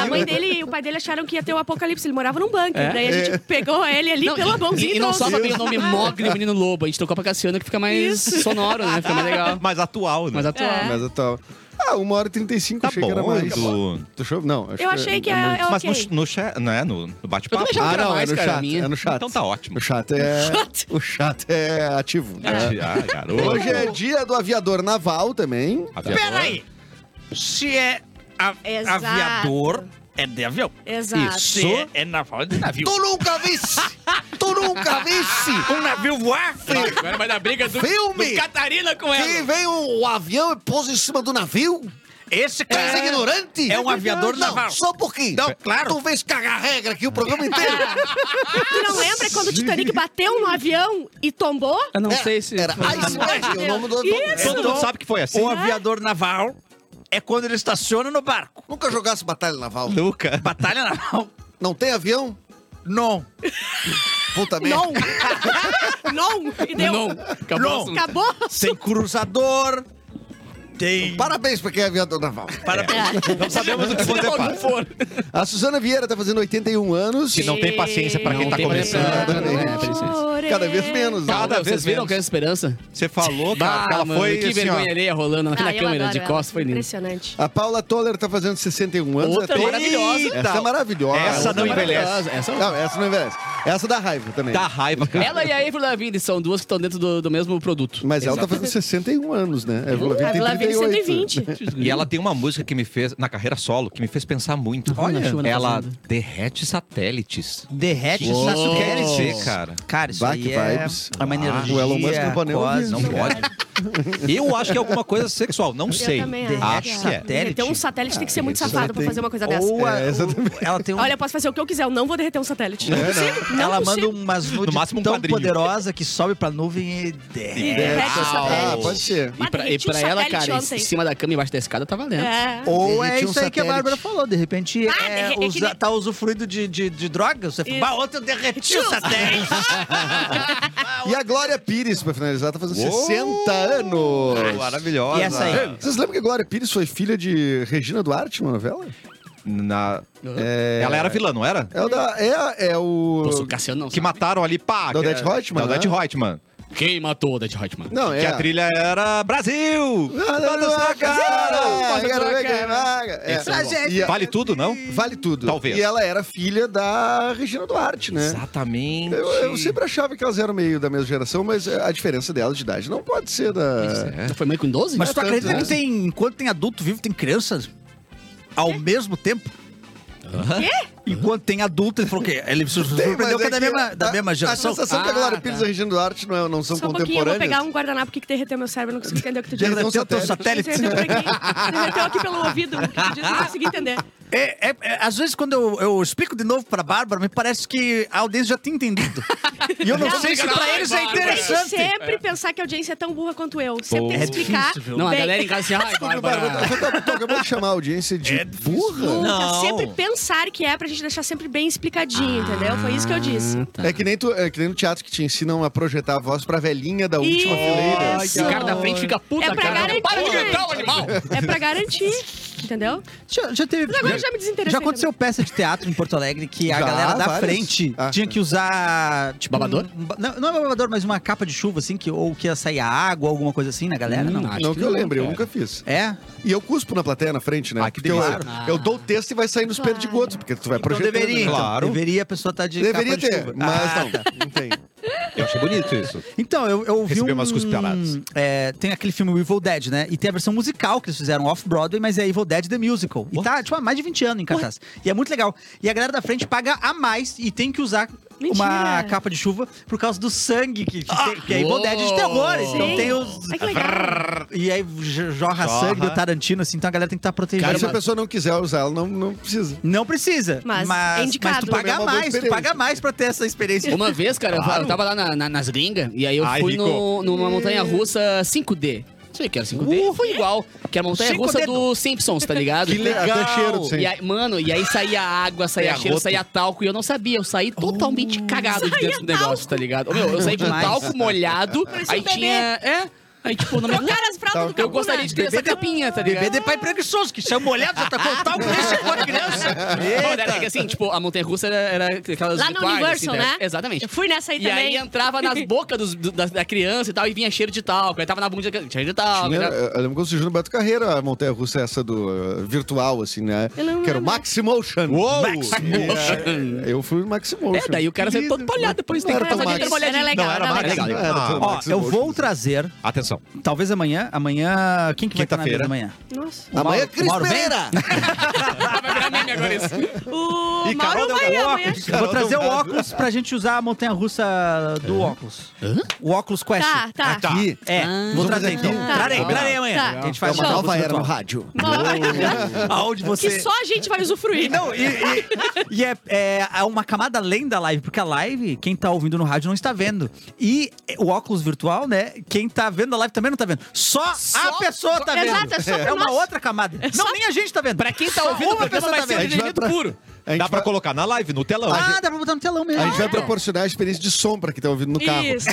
S5: A mãe dele e o pai dele acharam que ia ter o apocalipse. Ele morava num bunker.
S3: É?
S5: Daí a gente pegou ele ali
S3: Não,
S5: pela
S3: e-
S5: mãozinha.
S3: e, não só
S5: trouxe. Ah,
S3: também o nome Mogli e o Menino Lobo. A gente trocou pra Cassiano que fica mais sonoro,
S2: tá.
S3: né? Fica mais legal.
S1: Mais atual, né?
S3: Mais atual.
S5: É.
S4: Mas eu tava. Ah, uma hora e trinta e cinco,
S1: Tá
S4: achei que era
S1: bom,
S4: mais.
S1: Edu.
S4: Tu achou? Não, acho
S5: Eu achei que
S4: muito.
S5: é, é
S1: Mas
S5: ok.
S1: no, no, chat- não é? no, no
S3: Eu
S1: bate-papo.
S3: também achava
S4: Ah,
S3: que era
S4: não, é
S3: mais,
S4: no
S3: cara. a
S4: chat.
S3: minha.
S4: É no chat.
S1: Então tá ótimo.
S4: O chat é. O chat é ativo. né?
S1: Ah, garoto.
S4: Hoje é dia do aviador naval também.
S1: Aviador.
S2: Peraí! Se é a-
S5: Exato.
S2: aviador, é de avião.
S5: Exato. Ah,
S2: Se é naval, é de navio.
S6: Tu nunca visse! tu nunca visse!
S2: Um navio voar, filho.
S3: Agora vai dar briga
S4: Um
S3: do,
S6: Filme!
S3: do Catarina com ela.
S6: Que vem um, um avião e pousa em cima do navio?
S2: Esse
S6: Tu és
S2: cara é
S6: ignorante?
S2: É um aviador
S6: não,
S2: naval.
S6: só um pouquinho.
S2: Não, claro.
S6: Tu vês cagar regra aqui o programa inteiro.
S3: é
S5: Tu não lembra quando o Titanic bateu no avião e tombou?
S3: Eu não
S6: É,
S3: sei se...
S6: Era iceberg, o nome do...
S5: Isso.
S1: Todo mundo sabe que foi assim.
S2: É. O aviador naval é quando ele estaciona no barco.
S6: Nunca jogasse batalha naval.
S1: Nunca.
S2: Batalha naval,
S6: Não tem avião?
S2: não.
S6: Puta merda.
S5: Não! não! E deu.
S3: Não, acabou.
S2: Não.
S3: o assunto.
S5: Acabou?
S2: Tem
S1: É.
S2: cruzador, tem...
S6: Parabéns pra quem é aviador naval.
S2: Parabéns.
S1: Não sabemos o que
S3: Seja
S1: você
S3: qual que
S1: faz.
S3: for.
S4: A Suzana Vieira tá fazendo 81 anos.
S1: Que não tem paciência pra quem
S3: Não
S1: tá
S3: tem paciência.
S1: começando.
S4: Exatamente.
S3: É, precisa.
S4: Cada vez menos. né?
S1: Cada
S3: Cada
S1: vez
S3: Vocês viram
S1: menos.
S3: que era esperança?
S1: Você falou, cara,
S3: Bah,
S1: que ela
S3: mano,
S1: foi
S3: que
S1: assim, ó.
S3: vergonha alheia rolando aqui
S5: Ah,
S3: na
S5: eu
S3: câmera
S5: adoro
S3: de
S5: ela.
S3: costas, foi lindo.
S5: Impressionante.
S4: A Paula Toller tá fazendo 61 anos.
S3: Outra maravilhosa.
S4: Essa é maravilhosa.
S3: Tá
S1: Essa não envelhece.
S3: Maravilhosa, Essa
S4: Não, essa é não envelhece. Essa dá raiva também.
S1: Dá raiva, cara.
S3: Ela é e a Avril Lavigne são duas que estão dentro do, do mesmo produto.
S4: Mas ela tá fazendo 61 anos, né? A Vila
S5: A Vila
S4: tem
S5: Verde
S4: 120.
S5: 120.
S1: E ela tem uma música que me fez, na carreira solo, que me fez pensar muito.
S3: Olha, na chuva,
S1: ela
S3: na fazenda.
S1: derrete satélites.
S2: Derrete
S1: Isso
S2: Sasuke.
S1: quer dizer, cara.
S2: Cara, isso
S4: Back
S2: aí é
S4: vibes.
S2: uma energia
S4: o Elon Musk não pode nem
S2: quase-
S4: ouvir.
S2: Não pode.
S1: Eu acho que é alguma coisa sexual, não sei.
S5: também
S1: Acho que é.
S2: Satélite.
S5: Derreter um satélite tem que ser muito
S4: isso
S5: safado
S4: já
S5: pra
S4: Ah, tem.
S5: fazer uma coisa dessa.
S2: Ou a-
S4: É, essa
S2: o- ela tem um...
S5: Olha, eu posso fazer o que eu quiser, eu não vou derreter um satélite.
S4: é,
S5: Não consigo, não
S2: ela manda
S5: consigo.
S2: umas nudes
S1: máximo um
S2: tão
S1: quadrinho.
S2: poderosa que sobe pra nuvem e derrete.
S5: Derrete
S1: É.
S5: o
S4: Ah,
S5: satélite.
S4: pode ser.
S3: E pra, e
S5: Derreti um
S3: pra ela,
S5: satélite
S3: cara, em
S5: ontem.
S3: cima da cama, embaixo da escada, tá valendo.
S5: É.
S2: Ou é
S6: Derrete um
S2: isso aí que a
S6: satélite.
S2: Bárbara falou, de repente
S5: Ah,
S2: é,
S5: derre- é que
S2: usa-
S5: nem-
S2: tá usufruindo de, de, de drogas, você fala,
S5: Isso.
S2: "Bah, ontem eu derreti o
S5: Isso.
S2: satélite.
S5: Ah,
S4: E a Glória Pires, pra finalizar, tá fazendo
S1: Uou!
S4: 60 anos.
S1: Maravilhosa.
S2: E essa aí?
S4: Vocês lembram que a Glória Pires foi filha de Regina Duarte, uma novela?
S1: Na-
S4: É,
S1: Ela era vilã, não era?
S4: É o da. É, é o.
S3: Nossa, o Cassiano não
S1: Que
S3: sabe.
S1: mataram ali, pá.
S4: Da
S1: que-
S4: Odete Roitman,
S1: Da
S4: né?
S1: Odete Reutemann.
S3: Quem matou o Dead Hotman?
S4: Não, é.
S1: Que a trilha era Brasil! Tá na sua cara!
S4: Quero ver quem vai. É.
S3: Esse é bom.
S4: E a-
S1: Vale tudo, não?
S4: Vale tudo.
S1: Talvez.
S4: E ela era filha da Regina Duarte, né?
S1: Exatamente.
S4: Eu, eu sempre achava que elas eram meio da mesma geração, mas a diferença dela de idade não pode ser
S1: é.
S4: da.
S3: Tu É. foi mãe com 12?
S2: Mas tu
S4: tanto,
S2: acredita
S4: né?
S2: que tem, enquanto tem adulto vivo, tem crianças ao mesmo tempo? Enquanto tem adulto, ele falou que ele se surpreendeu
S4: mas
S2: que é
S4: é
S2: da
S4: que
S2: mesma, da
S4: a-
S2: mesma
S4: A
S2: geração.
S4: sensação é que a
S3: Ah,
S4: Glória
S3: tá.
S4: Pires e a Regina Duarte não, é- não são
S5: Só um pouquinho, eu vou
S4: contemporâneas.
S5: pegar um guardanapo porque derreteu meu cérebro, eu não consigo entender o que tu diz.
S4: Derreteu
S2: Derreteu o teu satélite.
S5: Entendeu? Peguei. Derreteu aqui pelo ouvido, o que tu diz, eu não consegui entender.
S2: É, é- é- às vezes, quando eu, eu explico de novo pra Bárbara, me parece que a audiência já tinha entendido. E eu não,
S5: Não,
S2: sei se
S3: não,
S2: pra
S3: não,
S2: eles é
S3: não,
S5: Tem que
S2: interessante.
S5: sempre pensar que a audiência é tão burra quanto eu. Sempre tem
S1: Pô.
S5: que
S1: É
S5: explicar.
S2: difícil, viu?
S3: Não, a
S5: bem.
S3: galera em casa assim, ai,
S4: tá
S3: Bárbara.
S4: Acabou de chamar a audiência de
S1: É,
S4: é burra.
S5: Nunca,
S1: Não.
S5: sempre pensar que é pra gente deixar sempre bem explicadinho, entendeu? Foi isso que eu disse.
S4: É que, nem tu- é que nem no teatro que te ensinam a projetar a voz pra velhinha da última fileira.
S3: Esse cara da frente fica puta,
S5: É pra
S3: cara.
S5: garantir.
S3: Para de gritar, o animal!
S5: É pra garantir, entendeu?
S2: Já, já teve.
S5: Mas agora já me desinteressei
S2: Já aconteceu peça de teatro em Porto Alegre que a
S4: Já,
S2: galera da
S4: várias.
S2: frente
S4: Ah,
S2: tinha
S4: tá.
S2: que usar. Tipo,
S3: Babador?
S2: um- um ba- não, não é babador, mas uma capa de chuva, assim, que, ou que ia sair a água, alguma coisa assim na galera. não.
S3: acho
S4: Não que eu lembre, eu
S3: cara.
S4: nunca fiz.
S2: É?
S4: E eu cuspo na plateia na frente, né?
S1: Ah, que
S4: Porque eu,
S1: delícia.
S4: eu dou o texto e vai sair nos
S5: Claro.
S4: perdigotos, porque tu vai
S2: Então
S4: projetando.
S2: deveria,
S4: né?
S2: então.
S1: Claro.
S2: Deveria a pessoa estar de
S4: Deveria
S2: capa de
S4: ter,
S2: chuva.
S4: mas
S2: Ah,
S4: não. Não tem.
S1: Eu achei bonito isso.
S2: Então, eu, eu vi
S1: Recebi
S2: um...
S1: umas cuspeladas.
S2: é, tem aquele filme Evil Dead, né? E tem a versão musical que eles fizeram off-Broadway, mas é Evil Dead The Musical. E tá, tipo, há mais de 20 anos em cartaz. E é muito legal. E a galera da frente paga a mais e tem que usar uma
S5: Mentira.
S2: capa de chuva por causa do sangue que, que, tem, que é Evil
S3: uou.
S2: Dead de terror. Então
S5: Sim.
S2: tem os...
S5: Ai, que legal.
S2: E aí j- jorra
S1: Jorra.
S2: sangue do Tarantino, assim. Então a galera tem que estar protegida.
S4: Cara,
S3: Cara,
S4: se a
S3: mas-
S4: pessoa não quiser usar, ela não, não precisa.
S2: Não precisa. Mas,
S5: Mas é
S2: mas,
S5: indicado.
S2: tu
S4: Também é
S2: paga
S4: uma boa
S2: mais, tu
S4: experiência.
S2: paga mais pra ter essa experiência.
S3: Uma vez, cara, eu- eu tava lá na- na- nas gringas e aí eu
S1: Ai,
S3: fui
S1: Rico.
S3: no- numa montanha russa 5D. Não sei o que era 5D. foi igual. Que era a montanha
S2: 5D
S3: russa do Simpsons, tá ligado?
S4: Que legal. Até cheiro do
S3: e aí, Mano, e aí saía água, saía
S1: Terra
S3: cheiro,
S1: rota.
S3: saía talco e eu não sabia. Eu saí totalmente cagado de dentro do negócio, tá ligado? Ô, Meu, eu saí com
S2: Demais.
S3: talco molhado,
S5: Parecia
S3: aí
S5: um bebê.
S3: tinha. É? Aí, tipo, na minha.
S5: Cara, as fraldas do
S3: Eu
S5: Capuna.
S3: gostaria de ter
S2: Bebê
S3: essa
S2: de-
S3: capinha, tá ligado?
S2: Bebê de pai preguiçoso, que saiu molhado, já tacou o talco, deixa fora criança.
S3: Não, era que assim, tipo, a montanha russa era, era aquelas
S5: Lá no
S3: virtuais,
S5: Universal,
S3: assim,
S5: né?
S3: Exatamente.
S5: Eu fui nessa aí
S3: e
S5: também.
S3: aí entrava nas bocas dos- do- da, da criança e tal, e vinha cheiro de talco. Aí tava na bunda, de- cheiro de talco.
S4: Tinha-
S3: né?
S4: eu eu lembro que eu assisti no Beto Carreira a montanha russa, essa do eh, virtual, assim, né?
S5: Eu não
S4: que era o
S5: lembro.
S4: Maximotion.
S1: Uou!
S4: E, eh, eu fui no Maximotion.
S3: É, daí o cara saiu todo molhado depois.
S4: Não
S3: Tem que
S4: era tão
S3: passar de
S4: magro.
S3: molhadinho.
S5: Era legal,
S1: Não, era
S5: era
S1: mais
S5: legal.
S1: legal.
S4: Era
S1: Ah,
S4: tão-
S1: ó,
S2: Ó, eu vou trazer,
S1: atenção.
S2: talvez amanhã, amanhã, quem que vai estar na mesa
S1: Quinta-feira.
S2: amanhã?
S5: Nossa.
S2: O
S6: Amanhã é
S2: Mauro- o
S6: Cris
S2: Mauro vem?
S6: Pereira.
S3: Ah, vai virar meme agora isso.
S5: O
S1: E Carol
S5: Mauro
S1: deu
S5: vai
S1: um
S5: amanhã.
S1: óculos.
S2: Eu vou
S1: Carol
S2: trazer
S1: deu
S2: o
S1: um
S2: óculos pra gente usar a montanha-russa do óculos. O óculos Quest.
S5: Tá, tá.
S4: Aqui.
S2: É, vou
S4: Vamos
S2: trazer
S4: fazer
S2: então.
S4: aqui?
S2: Trarei,
S5: Tá.
S2: trarei amanhã.
S5: Tá.
S2: A gente
S6: É
S2: faz
S6: uma
S2: uma
S6: nova era no
S2: montanha-russa
S6: rádio.
S2: virtual. Aonde
S5: Que
S2: você...
S5: só a gente vai usufruir.
S2: Não, e, e- e é, é- é uma camada além da live, porque a live, quem tá ouvindo no rádio não está vendo. E o óculos virtual, né? Quem tá vendo a live também não tá vendo. Só, a pessoa tá vendo.
S5: Exato, é só pra
S2: uma
S5: nós.
S2: outra camada. não, nem a gente tá vendo.
S3: Pra quem tá
S2: Só
S3: ouvindo o
S2: uma
S3: programa
S2: pessoa
S3: vai
S2: tá
S3: ser
S2: vendo.
S3: entretenimento puro.
S4: A gente
S1: Dá pra
S4: vai-
S1: colocar na live, no telão.
S2: Ah, dá pra botar no telão mesmo.
S4: A gente vai proporcionar a experiência de sombra que tá ouvindo no carro.
S5: Isso.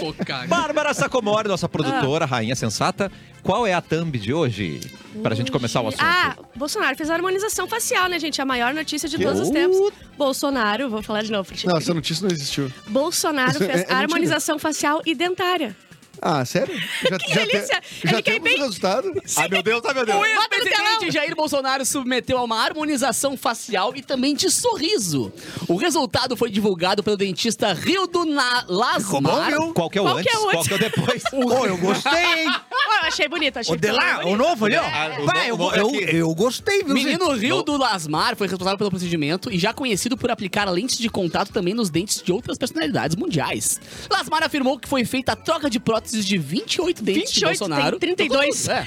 S3: Pô, cara.
S1: Bárbara Sacomori, nossa produtora, rainha sensata. Qual é a thumb de hoje? Pra gente começar o assunto.
S5: Ah, Bolsonaro fez a harmonização facial, né, gente? A maior notícia de todos os tempos. Bolsonaro, vou falar de novo. porque-
S4: Não, essa notícia não existiu.
S5: Bolsonaro
S4: É
S5: fez
S4: mentira.
S5: harmonização facial e dentária.
S4: Ah, sério? Já,
S5: Que
S4: já
S5: delícia!
S4: te-
S5: Eu
S4: já
S5: fiquei
S4: temos
S5: bem-
S4: o resultado?
S1: Ah, meu Deus, ah, meu Deus.
S3: O
S5: Bota no
S3: ex-presidente
S5: telão.
S3: Jair Bolsonaro submeteu a uma harmonização facial e também de sorriso. O resultado foi divulgado pelo dentista Rio do Na Lasmar.
S1: Qual que é o
S5: Qual que
S1: antes?
S5: é o
S1: Qual que é o depois?
S2: Pô, eu gostei, hein?
S5: Ah, eu achei bonito, achei
S2: O de lá,
S5: bonito.
S2: o novo ali, ó.
S1: Ah, o
S2: Vai, é eu,
S1: novo
S2: eu,
S1: aqui.
S2: eu gostei, viu?
S3: Menino
S2: gente?
S3: Rio do Lasmar foi responsável pelo procedimento e já conhecido por aplicar lentes de contato também nos dentes de outras personalidades mundiais. Lasmar afirmou que foi feita a troca de próteses de 28 dentes de
S5: 28,
S3: Bolsonaro.
S5: tem 32.
S3: É.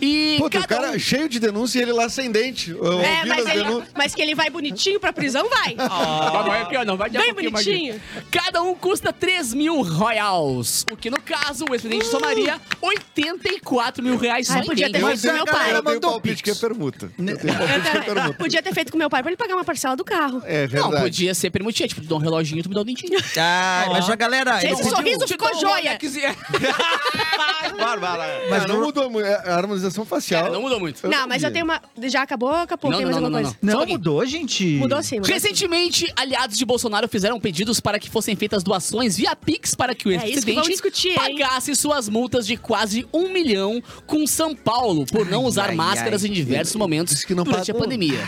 S3: E
S4: Puta,
S3: cada
S4: o cara
S3: um-
S4: cheio de denúncia e ele lá sem dente. Eu
S5: É,
S4: ouvindo
S5: mas,
S4: as
S5: ele-
S4: denúncias.
S5: mas que ele vai bonitinho pra prisão, vai.
S4: Ah,
S3: Vai, vai aqui, ó, não, vai de a
S5: Bem
S3: pouquinho, vai de-
S5: bonitinho.
S3: Cada um custa 3 mil royals. O que, no caso, o ex-presidente somaria 84 mil reais só
S5: Uh! Ai,
S3: em
S5: podia ter
S3: dentes.
S5: feito com meu
S4: cara,
S5: pai.
S4: eu tenho
S2: mandou
S4: palpite que é
S2: pix.
S4: permuta. Eu tenho
S5: Eu
S4: palpite que é
S5: também-
S4: permuta.
S5: Podia ter feito com meu pai pra ele pagar uma parcela do carro.
S4: É
S3: Não,
S4: verdade.
S3: podia ser permitia. Tipo, te dou um reloginho, tu me dá um dentinho.
S2: Ah, mas a galera...
S5: Esse
S2: eu pedi-
S5: sorriso ficou joia.
S3: é.
S1: Bárbara.
S4: Mas não
S2: não-
S4: mudou muito. É, A harmonização facial.
S3: Não mudou muito.
S4: Eu
S5: Não,
S4: então não
S5: mas eu
S4: vi.
S5: tenho uma. Já um acabou, acabou?
S3: Não,
S5: Tem
S3: não,
S5: mais
S3: não,
S5: alguma
S3: não,
S5: coisa?
S3: Só um
S2: Não,
S3: pouquinho.
S2: mudou, gente.
S5: Mudou sim, né? mudou.
S3: Recentemente, aliados de Bolsonaro fizeram pedidos para que fossem feitas doações via Pix para que o
S5: É isso que
S3: ex-presidente
S5: vamos discutir, hein?
S3: pagasse suas multas de quase um milhão com São Paulo por não usar
S2: ai,
S3: máscaras
S2: ai.
S3: em diversos
S4: Diz
S3: momentos
S4: que não
S3: durante
S4: pagou.
S3: a pandemia.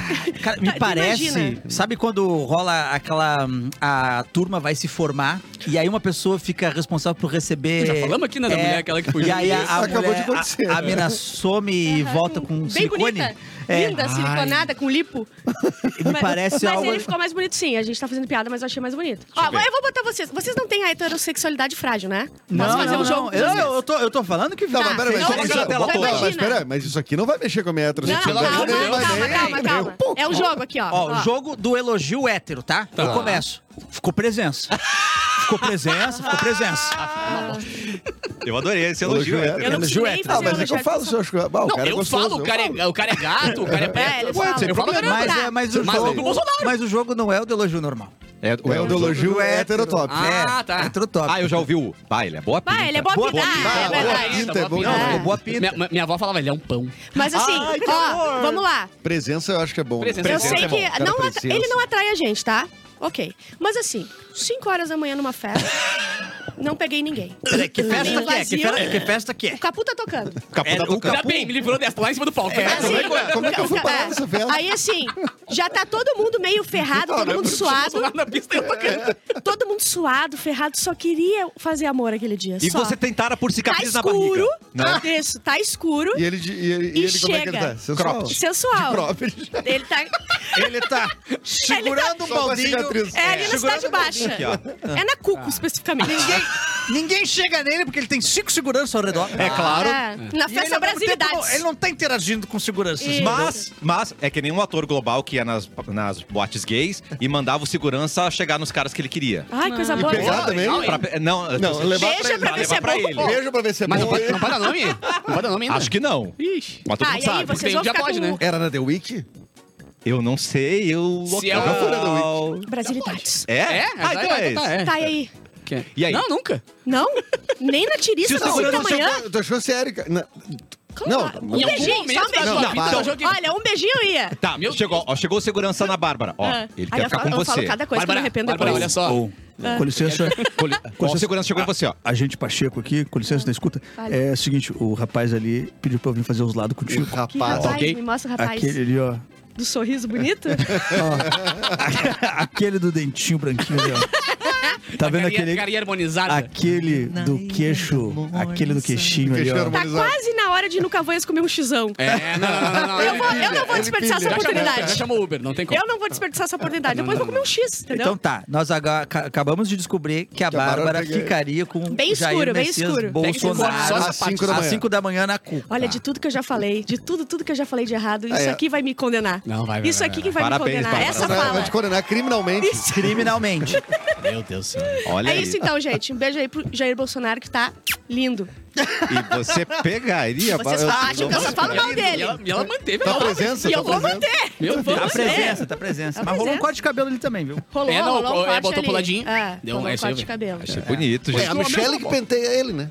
S2: Cara, me
S5: tu
S2: parece.
S5: Tá, então imagina.
S2: Sabe quando rola aquela. hum, A turma vai se formar e aí uma pessoa fica responsável por receber. É,
S3: Já falamos aqui, né, da mulher, aquela que fugiu.
S2: E aí a, a
S4: Acabou
S2: mulher-
S4: de acontecer. né?
S2: A, a mina some e volta com um
S5: Bem
S2: silicone.
S5: bonita.
S2: É.
S5: Linda,
S2: Ai,
S5: siliconada, com lipo.
S2: Me parece
S5: mas
S2: algo. assim.
S5: ele ficou mais bonito, sim. A gente tá fazendo piada, mas eu achei mais bonito. Ó,
S1: eu ver.
S5: eu vou botar vocês. Vocês não têm a heterossexualidade frágil, né?
S2: Não,
S5: Posso fazer
S2: não,
S5: um jogo?
S2: não.
S5: com
S2: Eu,
S5: vocês?
S2: eu, tô, eu tô falando que.
S4: Não,
S5: Tá,
S4: mas peraí, mas
S5: não,
S4: só-
S5: mas
S4: só-
S5: não,
S4: só-
S5: imagina.
S4: mas peraí, mas isso aqui não vai mexer com a minha
S5: Não,
S4: heterossexualidade.
S5: calma,
S4: nem-
S5: calma, calma,
S4: nem-
S5: calma,
S4: nem um pouco.
S5: É o jogo aqui, ó.
S2: Ó,
S5: Ó.
S2: o jogo do elogio hétero, tá? Eu começo. Ficou presença. Ficou presença, ficou
S5: Ah,
S2: presença.
S1: Eu adorei esse elogio.
S4: Elogio hétero.
S5: Eu não preciso nem
S4: Ah,
S5: fazer
S4: mas é que eu falo, se eu acho que. Ah, o
S3: Não,
S4: cara é
S3: eu
S4: gostoso,
S3: falo, o cara,
S4: falo.
S3: é, o cara é gato, o cara é
S5: É,
S3: perto.
S5: ele
S4: Ué,
S5: fala.
S4: sem
S5: Eu falo
S3: problema.
S5: pra
S2: Mas,
S5: ele
S2: é, mas, o
S3: Mas não com o
S2: jogo,
S3: Bolsonaro.
S2: mas o jogo não é o do elogio normal.
S4: É o do elogio é heterotop.
S3: Ah, tá.
S2: Hétero top.
S1: um Ah, eu já ouvi o. Bah, ele é boa pinta.
S5: Vai, ele é boa
S2: Boa
S5: pinta.
S2: pinta,
S5: Ah, é
S4: boa
S5: verdade.
S4: pinta. é bom.
S2: Não,
S5: É.
S2: boa pinta.
S3: Minha, minha avó falava, ele é um pão.
S5: Mas assim,
S2: Ai, que
S5: ó,
S2: horror.
S5: vamos lá.
S4: Presença eu acho que é bom.
S3: Presença.
S5: Eu
S1: Presença
S5: sei
S1: é
S5: que
S1: bom,
S4: cara,
S5: não atra-
S4: presença.
S5: ele não atrai a gente, tá? Ok. Mas assim, 5 horas da manhã numa festa, não peguei ninguém.
S2: Peraí, que festa
S5: Meio
S2: que é? Que,
S5: vazio.
S2: fe- que festa que é?
S5: O Capu tá tocando.
S1: Capu
S2: É,
S1: tá
S2: o
S1: tocando.
S5: Assim,
S3: Ainda bem, me livrou dessa lá em cima do palco.
S4: como é que- como é que eu fui parar
S5: é,
S4: nessa festa?
S5: Aí assim, Já tá todo mundo meio ferrado,
S4: é
S5: todo mundo suado.
S3: Tá Na pista eu tô cantando.
S5: Todo mundo suado, ferrado, só queria fazer amor aquele dia.
S1: E
S5: só.
S1: você tentara por
S5: tá
S1: cicatriz na barriga.
S5: escuro,
S1: Né?
S5: isso, tá escuro,
S4: E ele, de- e ele,
S5: E
S4: e ele como é que ele
S5: chega.
S4: tá? Sensual.
S1: Cropped.
S5: sensual.
S4: Cropped.
S5: Ele tá.
S2: Ele tá segurando um
S4: Só com a
S2: baldinho.
S4: cicatriz.
S5: É ali na cidade baixa.
S1: um Aqui, ó.
S5: É na Cuco, especificamente. É,
S2: Ninguém, ninguém chega nele porque ele tem cinco seguranças ao redor.
S1: É claro.
S5: É,
S2: E
S5: na
S2: ele,
S5: festa
S2: ao mesmo
S5: Brasilidade.
S2: tempo, não- Ele não tá interagindo com seguranças.
S5: Isso.
S1: Mas, mas é que nem um ator global que ia nas, nas boates gays e mandava o segurança chegar nos caras que ele queria.
S5: Ai, coisa
S4: E
S5: boa.
S4: pegar também?
S1: Pra pe- não,
S4: Não,
S1: você-
S4: levar
S5: Beija
S4: pra
S5: pra
S4: ele.
S5: ver se é
S1: Levar pra
S5: bom.
S1: ele.
S4: Beijo pra ver se é
S3: Mas não
S4: bom.
S3: pode, não pode dar nome? Não pode dar nome ainda?
S1: Acho que não.
S3: Ixi.
S1: Mas todo
S5: Tá,
S1: mundo
S5: e aí
S1: sabe.
S5: vocês
S3: Tem
S5: vão
S3: um já
S5: ficar
S3: pode,
S5: com
S3: né?
S4: Era na The Week?
S1: Eu não sei o
S3: Se
S1: local.
S3: é o- Fora do
S5: Brasilidades.
S1: É?
S3: É?
S1: Ah, então é
S3: então
S1: esse.
S3: é.
S5: Tá, e aí?
S3: Que-
S1: E aí?
S3: Não, nunca.
S5: Não? Nem na
S1: Se
S5: tirista
S1: o
S5: das 5
S1: segurança
S5: da
S1: não
S5: manhã?
S4: Tu achou sério, cara? Na-
S5: Claro.
S4: Não,
S5: um
S3: algum momento
S5: beijinho, só um
S3: da
S5: beijinho.
S3: sua vida,
S5: Não,
S3: eu joguei-
S5: Olha, um beijinho ia.
S1: Tá,
S3: Meu
S1: chegou, ó, chegou o segurança na Bárbara. Ó,
S5: Ah.
S1: ele
S5: Aí
S1: quer
S5: eu
S1: ficar
S5: falo-
S1: com
S5: eu falo
S1: você.
S5: cada coisa que eu me arrependo
S3: Bárbara,
S5: depois.
S3: olha só.
S2: Ou, É, Com licença.
S1: Ó, o segurança
S5: Ah.
S1: chegou em você, ó.
S2: Agente Pacheco aqui, com licença na escuta.
S5: Fale.
S2: É o seguinte, o rapaz ali pediu pra eu vir fazer os lados contigo.
S5: Que
S4: Rapaz.
S5: rapaz,
S3: ok.
S5: me mostra o rapaz.
S2: Aquele ali, ó.
S5: Do sorriso bonito?
S2: Aquele do dentinho branquinho ali, ó. Tá vendo aquele.
S3: Carinha harmonizada.
S2: Aquele do queixo. Aquele do queixinho ali,
S4: Queixo
S2: ó.
S5: tá
S4: harmonizado.
S5: quase na hora de ir no Cavanhas comer um xizão.
S3: É, não, não, não. não, não.
S5: Eu, vou- eu não vou
S4: Ele pilha.
S5: desperdiçar essa
S3: Já chamou, já
S5: oportunidade.
S3: chamou Uber, não tem como.
S5: Eu não vou desperdiçar essa oportunidade. Depois vou comer um X, entendeu?
S2: Então tá, nós aga- ca- acabamos de descobrir que a
S4: a Bárbara
S2: Bárbara
S4: peguei.
S2: ficaria com
S5: Bem
S2: Jair
S5: escuro, bem
S2: Messias
S5: escuro.
S3: Só
S2: Bolsonaro
S3: essa
S4: Às 5 da
S2: às
S4: manhã.
S2: 5 da manhã na Cuca.
S5: Olha, de tudo que eu já falei, de tudo, tudo que eu já falei de errado, isso
S4: Ah, é.
S5: aqui vai me condenar.
S3: Não, vai, vai,
S5: Isso
S3: vai,
S5: aqui
S3: vai.
S5: que vai
S1: Parabéns,
S5: me condenar.
S1: Bárbara.
S5: Essa
S4: Vai- Vai
S5: fala.
S4: te condenar criminalmente.
S2: Criminalmente.
S5: Tá
S3: Meu Deus do céu.
S1: Olha
S5: É
S1: aí.
S5: isso então, gente. Um beijo aí pro Jair Bolsonaro, que tá lindo.
S1: E você pegaria.
S5: Vocês
S1: eu-
S5: acham que eu só falo mal
S3: E
S5: dele.
S3: ela, e ela manteve
S4: Tá
S3: a palavra.
S4: presença?
S5: E
S4: tá
S5: eu vou
S4: presença.
S5: manter.
S3: Meu,
S2: Tá
S3: vamos ver.
S2: presença, tá presença.
S5: Tá
S2: Mas rolou um
S5: presença.
S2: corte de cabelo ali também, viu?
S5: Rolou,
S3: É, não,
S5: rolou um
S3: é,
S5: corte
S3: botou
S5: ali.
S3: puladinho.
S5: É,
S3: Deu
S5: rolou
S3: um-
S5: um
S3: esse
S5: corte
S3: aí-
S5: de cabelo.
S1: Achei bonito,
S4: É
S1: gente.
S4: a Michelle que penteia ele, né?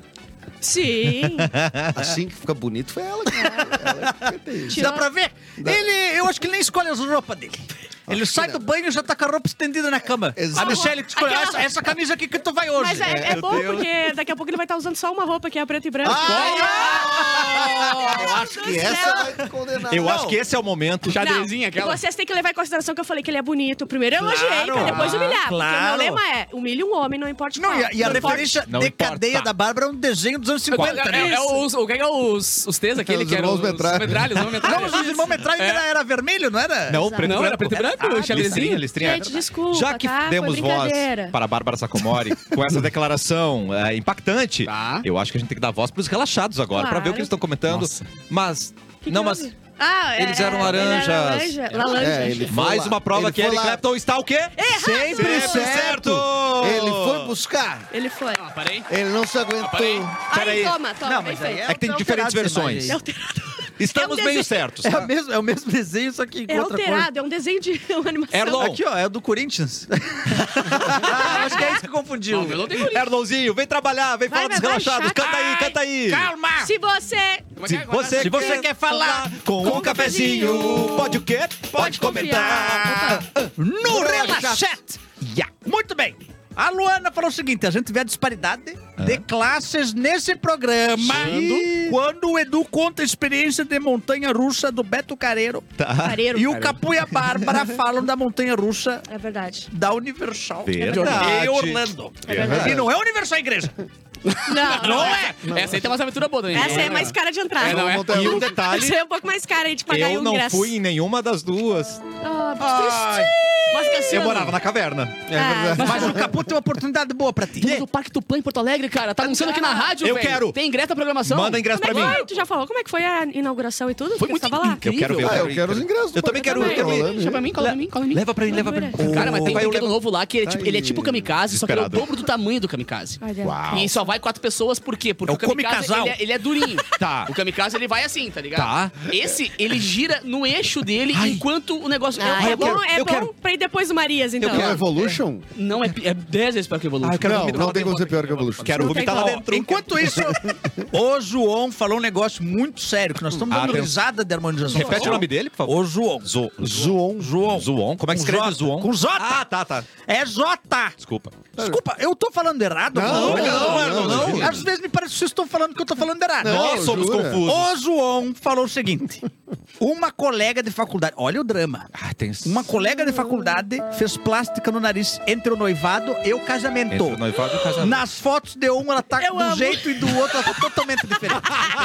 S5: Sim.
S4: Assim que fica bonito foi ela.
S5: Tirou-
S2: Dá pra ver? Ele, eu acho que ele nem escolhe as roupas dele. Ele sai do banho e já tá com a roupa estendida na cama.
S4: Exato.
S2: A Michelle que escolhe
S5: Aquela-
S2: essa, essa camisa aqui que tu vai hoje.
S5: Mas é, é bom porque daqui a pouco ele vai estar usando só uma roupa que é a preta e branca.
S4: Eu acho que essa vai te condenar.
S1: Eu acho que esse é o momento.
S3: Xadrezinha aquela.
S5: Vocês têm que levar em consideração que eu falei que ele é bonito. Primeiro eu elogiei
S1: Claro.
S5: pra depois humilhar.
S2: Claro.
S5: Porque o meu lema é: humilhe um homem, não importa
S2: Não,
S5: qual.
S2: e a, e a
S5: Não importa.
S2: referência
S1: Não
S2: de
S1: importa.
S2: cadeia da Bárbara é um desenho dos anos
S3: É,
S2: 50,
S3: é,
S2: né?
S3: é, os, o que é os, os três aquele
S4: Os
S3: que eram
S4: irmãos metralha.
S3: metralhas, os irmãos
S2: Não,
S3: metralhas.
S2: mas os irmãos metralha era, era vermelho, não era?
S1: Não, preto
S3: Não,
S1: e
S3: era
S1: branco.
S3: preto e branco,
S1: Ah,
S3: xadrezinho.
S1: listrinha, listrinha.
S5: Gente, desculpa,
S1: Já que
S5: tá? Foi
S1: demos voz
S5: brincadeira.
S1: para a Bárbara Sacomori com essa declaração é, impactante,
S3: Tá.
S1: eu acho que a gente tem que dar voz para os relaxados agora, para
S5: Claro.
S1: ver o que eles estão comentando.
S3: Nossa.
S1: Mas,
S5: Que que
S1: não, mas
S5: houve? Ah, é,
S1: eles eram
S5: ele era
S1: laranjas.
S5: laranja. Laranja. é
S4: É, ele-
S1: mais
S4: Foi lá.
S1: uma prova
S4: Ele
S1: que
S4: foi
S1: Eric
S4: lá.
S1: Clapton está o quê?
S5: Sempre
S1: certo!
S4: Ele foi buscar.
S5: né? Ele foi.
S3: Ah, parei.
S4: Ele não se aguentou.
S3: Parei.
S1: peraí.
S5: Aí, toma, toma.
S2: Não,
S5: bem
S2: mas aí
S5: feito.
S1: É que tem
S2: É
S1: diferentes
S2: alterado essa imagem
S1: versões.
S2: aí. É
S1: Estamos
S5: É um
S1: meio
S5: desenho.
S1: certos.
S2: É,
S1: tá?
S2: o mesmo, é o mesmo desenho, só que com
S5: É
S2: outra
S5: alterado, é um desenho de uma animação.
S1: Erlon.
S2: cor. Aqui, ó, é o do Corinthians. ah, acho que é isso que confundiu.
S3: Não, meu não tem Corinthians.
S1: Erlonzinho, vem trabalhar, vem
S5: Vai,
S1: falar dos
S5: vai, vai,
S1: relaxados.
S5: chaca.
S1: Canta aí,
S5: Ai.
S1: canta aí.
S2: Calma!
S5: Se você
S3: Como é que
S1: Se
S3: é agora?
S1: você,
S2: Se você quer falar
S1: com um cafezinho, pode o quê? Pode comentar.
S5: confiar.
S2: No Relaxete!
S1: Yeah.
S2: Muito bem. A Luana falou o seguinte: a gente tiver disparidade de classes nesse programa.
S1: Sim.
S2: Quando o Edu conta a experiência de montanha russa do Beto Careiro
S1: Tá.
S5: Pareiro.
S2: e o Capu e a Bárbara falam da montanha russa
S5: É verdade.
S2: da Universal
S1: Verdade.
S2: e Orlando.
S5: Verdade.
S2: E não é Universal Igreja. Não
S5: Não, não é.
S2: é.
S3: Essa aí tem umas aventuras boas também.
S5: Essa aí é mais cara de entrar.
S3: É, não é.
S1: E um detalhe,
S5: Essa aí é um pouco mais cara aí de pagar aí
S1: eu
S5: o
S1: não
S5: ingresso.
S1: fui em nenhuma das duas.
S5: Ah,
S2: Ai,
S3: Mas Cassiano,
S1: assim, Eu morava na caverna.
S5: Ah,
S2: mas o Capu tem uma oportunidade boa pra ti.
S3: Temos o Parque Tupã em Porto Alegre, cara. Tá anunciando aqui na rádio,
S1: Eu
S3: velho.
S1: quero.
S3: Tem ingresso na programação?
S1: Manda ingresso pra
S5: Como é
S1: mim.
S5: que foi? Tu já falou como é que foi a inauguração e tudo?
S3: Foi
S5: Porque
S3: muito
S5: tu tava lá.
S1: Eu quero ver.
S4: Ah, eu quero os ingressos.
S1: Eu também quero,
S5: eu
S1: quero ir.
S3: Deixa pra mim, cola pra mim, cola pra mim.
S1: Leva pra mim, leva pra mim.
S5: Loucura.
S3: Cara, mas tem um
S1: Vai, eu
S3: brinquedo
S1: levo-
S3: novo lá que ele é tipo, ele é tipo kamikaze, só que ele é o
S1: Desesperado.
S3: dobro do tamanho do kamikaze.
S5: Olha.
S1: Uau.
S3: E só vai quatro pessoas, por quê? Porque
S2: É o
S3: o kamikaze,
S2: kamikazal.
S3: ele é, ele é durinho.
S1: Tá.
S3: O kamikaze, ele vai assim, tá ligado?
S1: Tá.
S3: Esse, ele gira no eixo dele enquanto o negócio...
S5: Ah, é
S1: eu
S5: bom,
S1: quero,
S5: é
S1: eu
S5: bom
S1: quero.
S5: pra ir depois do Marias, então.
S4: É o Evolution?
S3: Não, é, pi- é dez vezes pior que o Evolution.
S1: Ah, eu quero
S4: Não,
S1: vomitar
S4: não
S1: lá
S4: tem como ser pior que o Evolution.
S1: Quero
S5: Não tem
S1: vomitar lá
S5: como.
S1: dentro.
S2: Enquanto isso, o João falou um negócio muito sério, que nós estamos dando
S1: Atenção.
S2: risada de harmonização.
S1: Repete o nome dele, por favor. Tá
S2: O João.
S1: Zo-
S4: Zoon.
S2: João.
S1: Zoon. Como é que
S2: Com
S1: escreve
S2: J.
S1: Zoon?
S2: Com J.
S1: Ah, tá, tá.
S2: É Jota.
S1: Desculpa.
S2: Desculpa, eu tô falando errado?
S4: Não,
S1: não, não, não.
S2: Às vezes me parece que vocês estão falando que eu tô falando errado.
S4: Não,
S1: Nós somos
S4: jura?
S1: confusos.
S2: O João falou o seguinte: uma colega de faculdade, olha o drama.
S1: Ah, tem
S2: Uma colega de faculdade fez plástica no nariz entre o noivado e o casamento.
S1: Entre o noivado e o casamento.
S2: Nas fotos de um ela tá
S5: Eu
S2: de um
S5: amo.
S2: jeito e do outro ela tá totalmente diferente.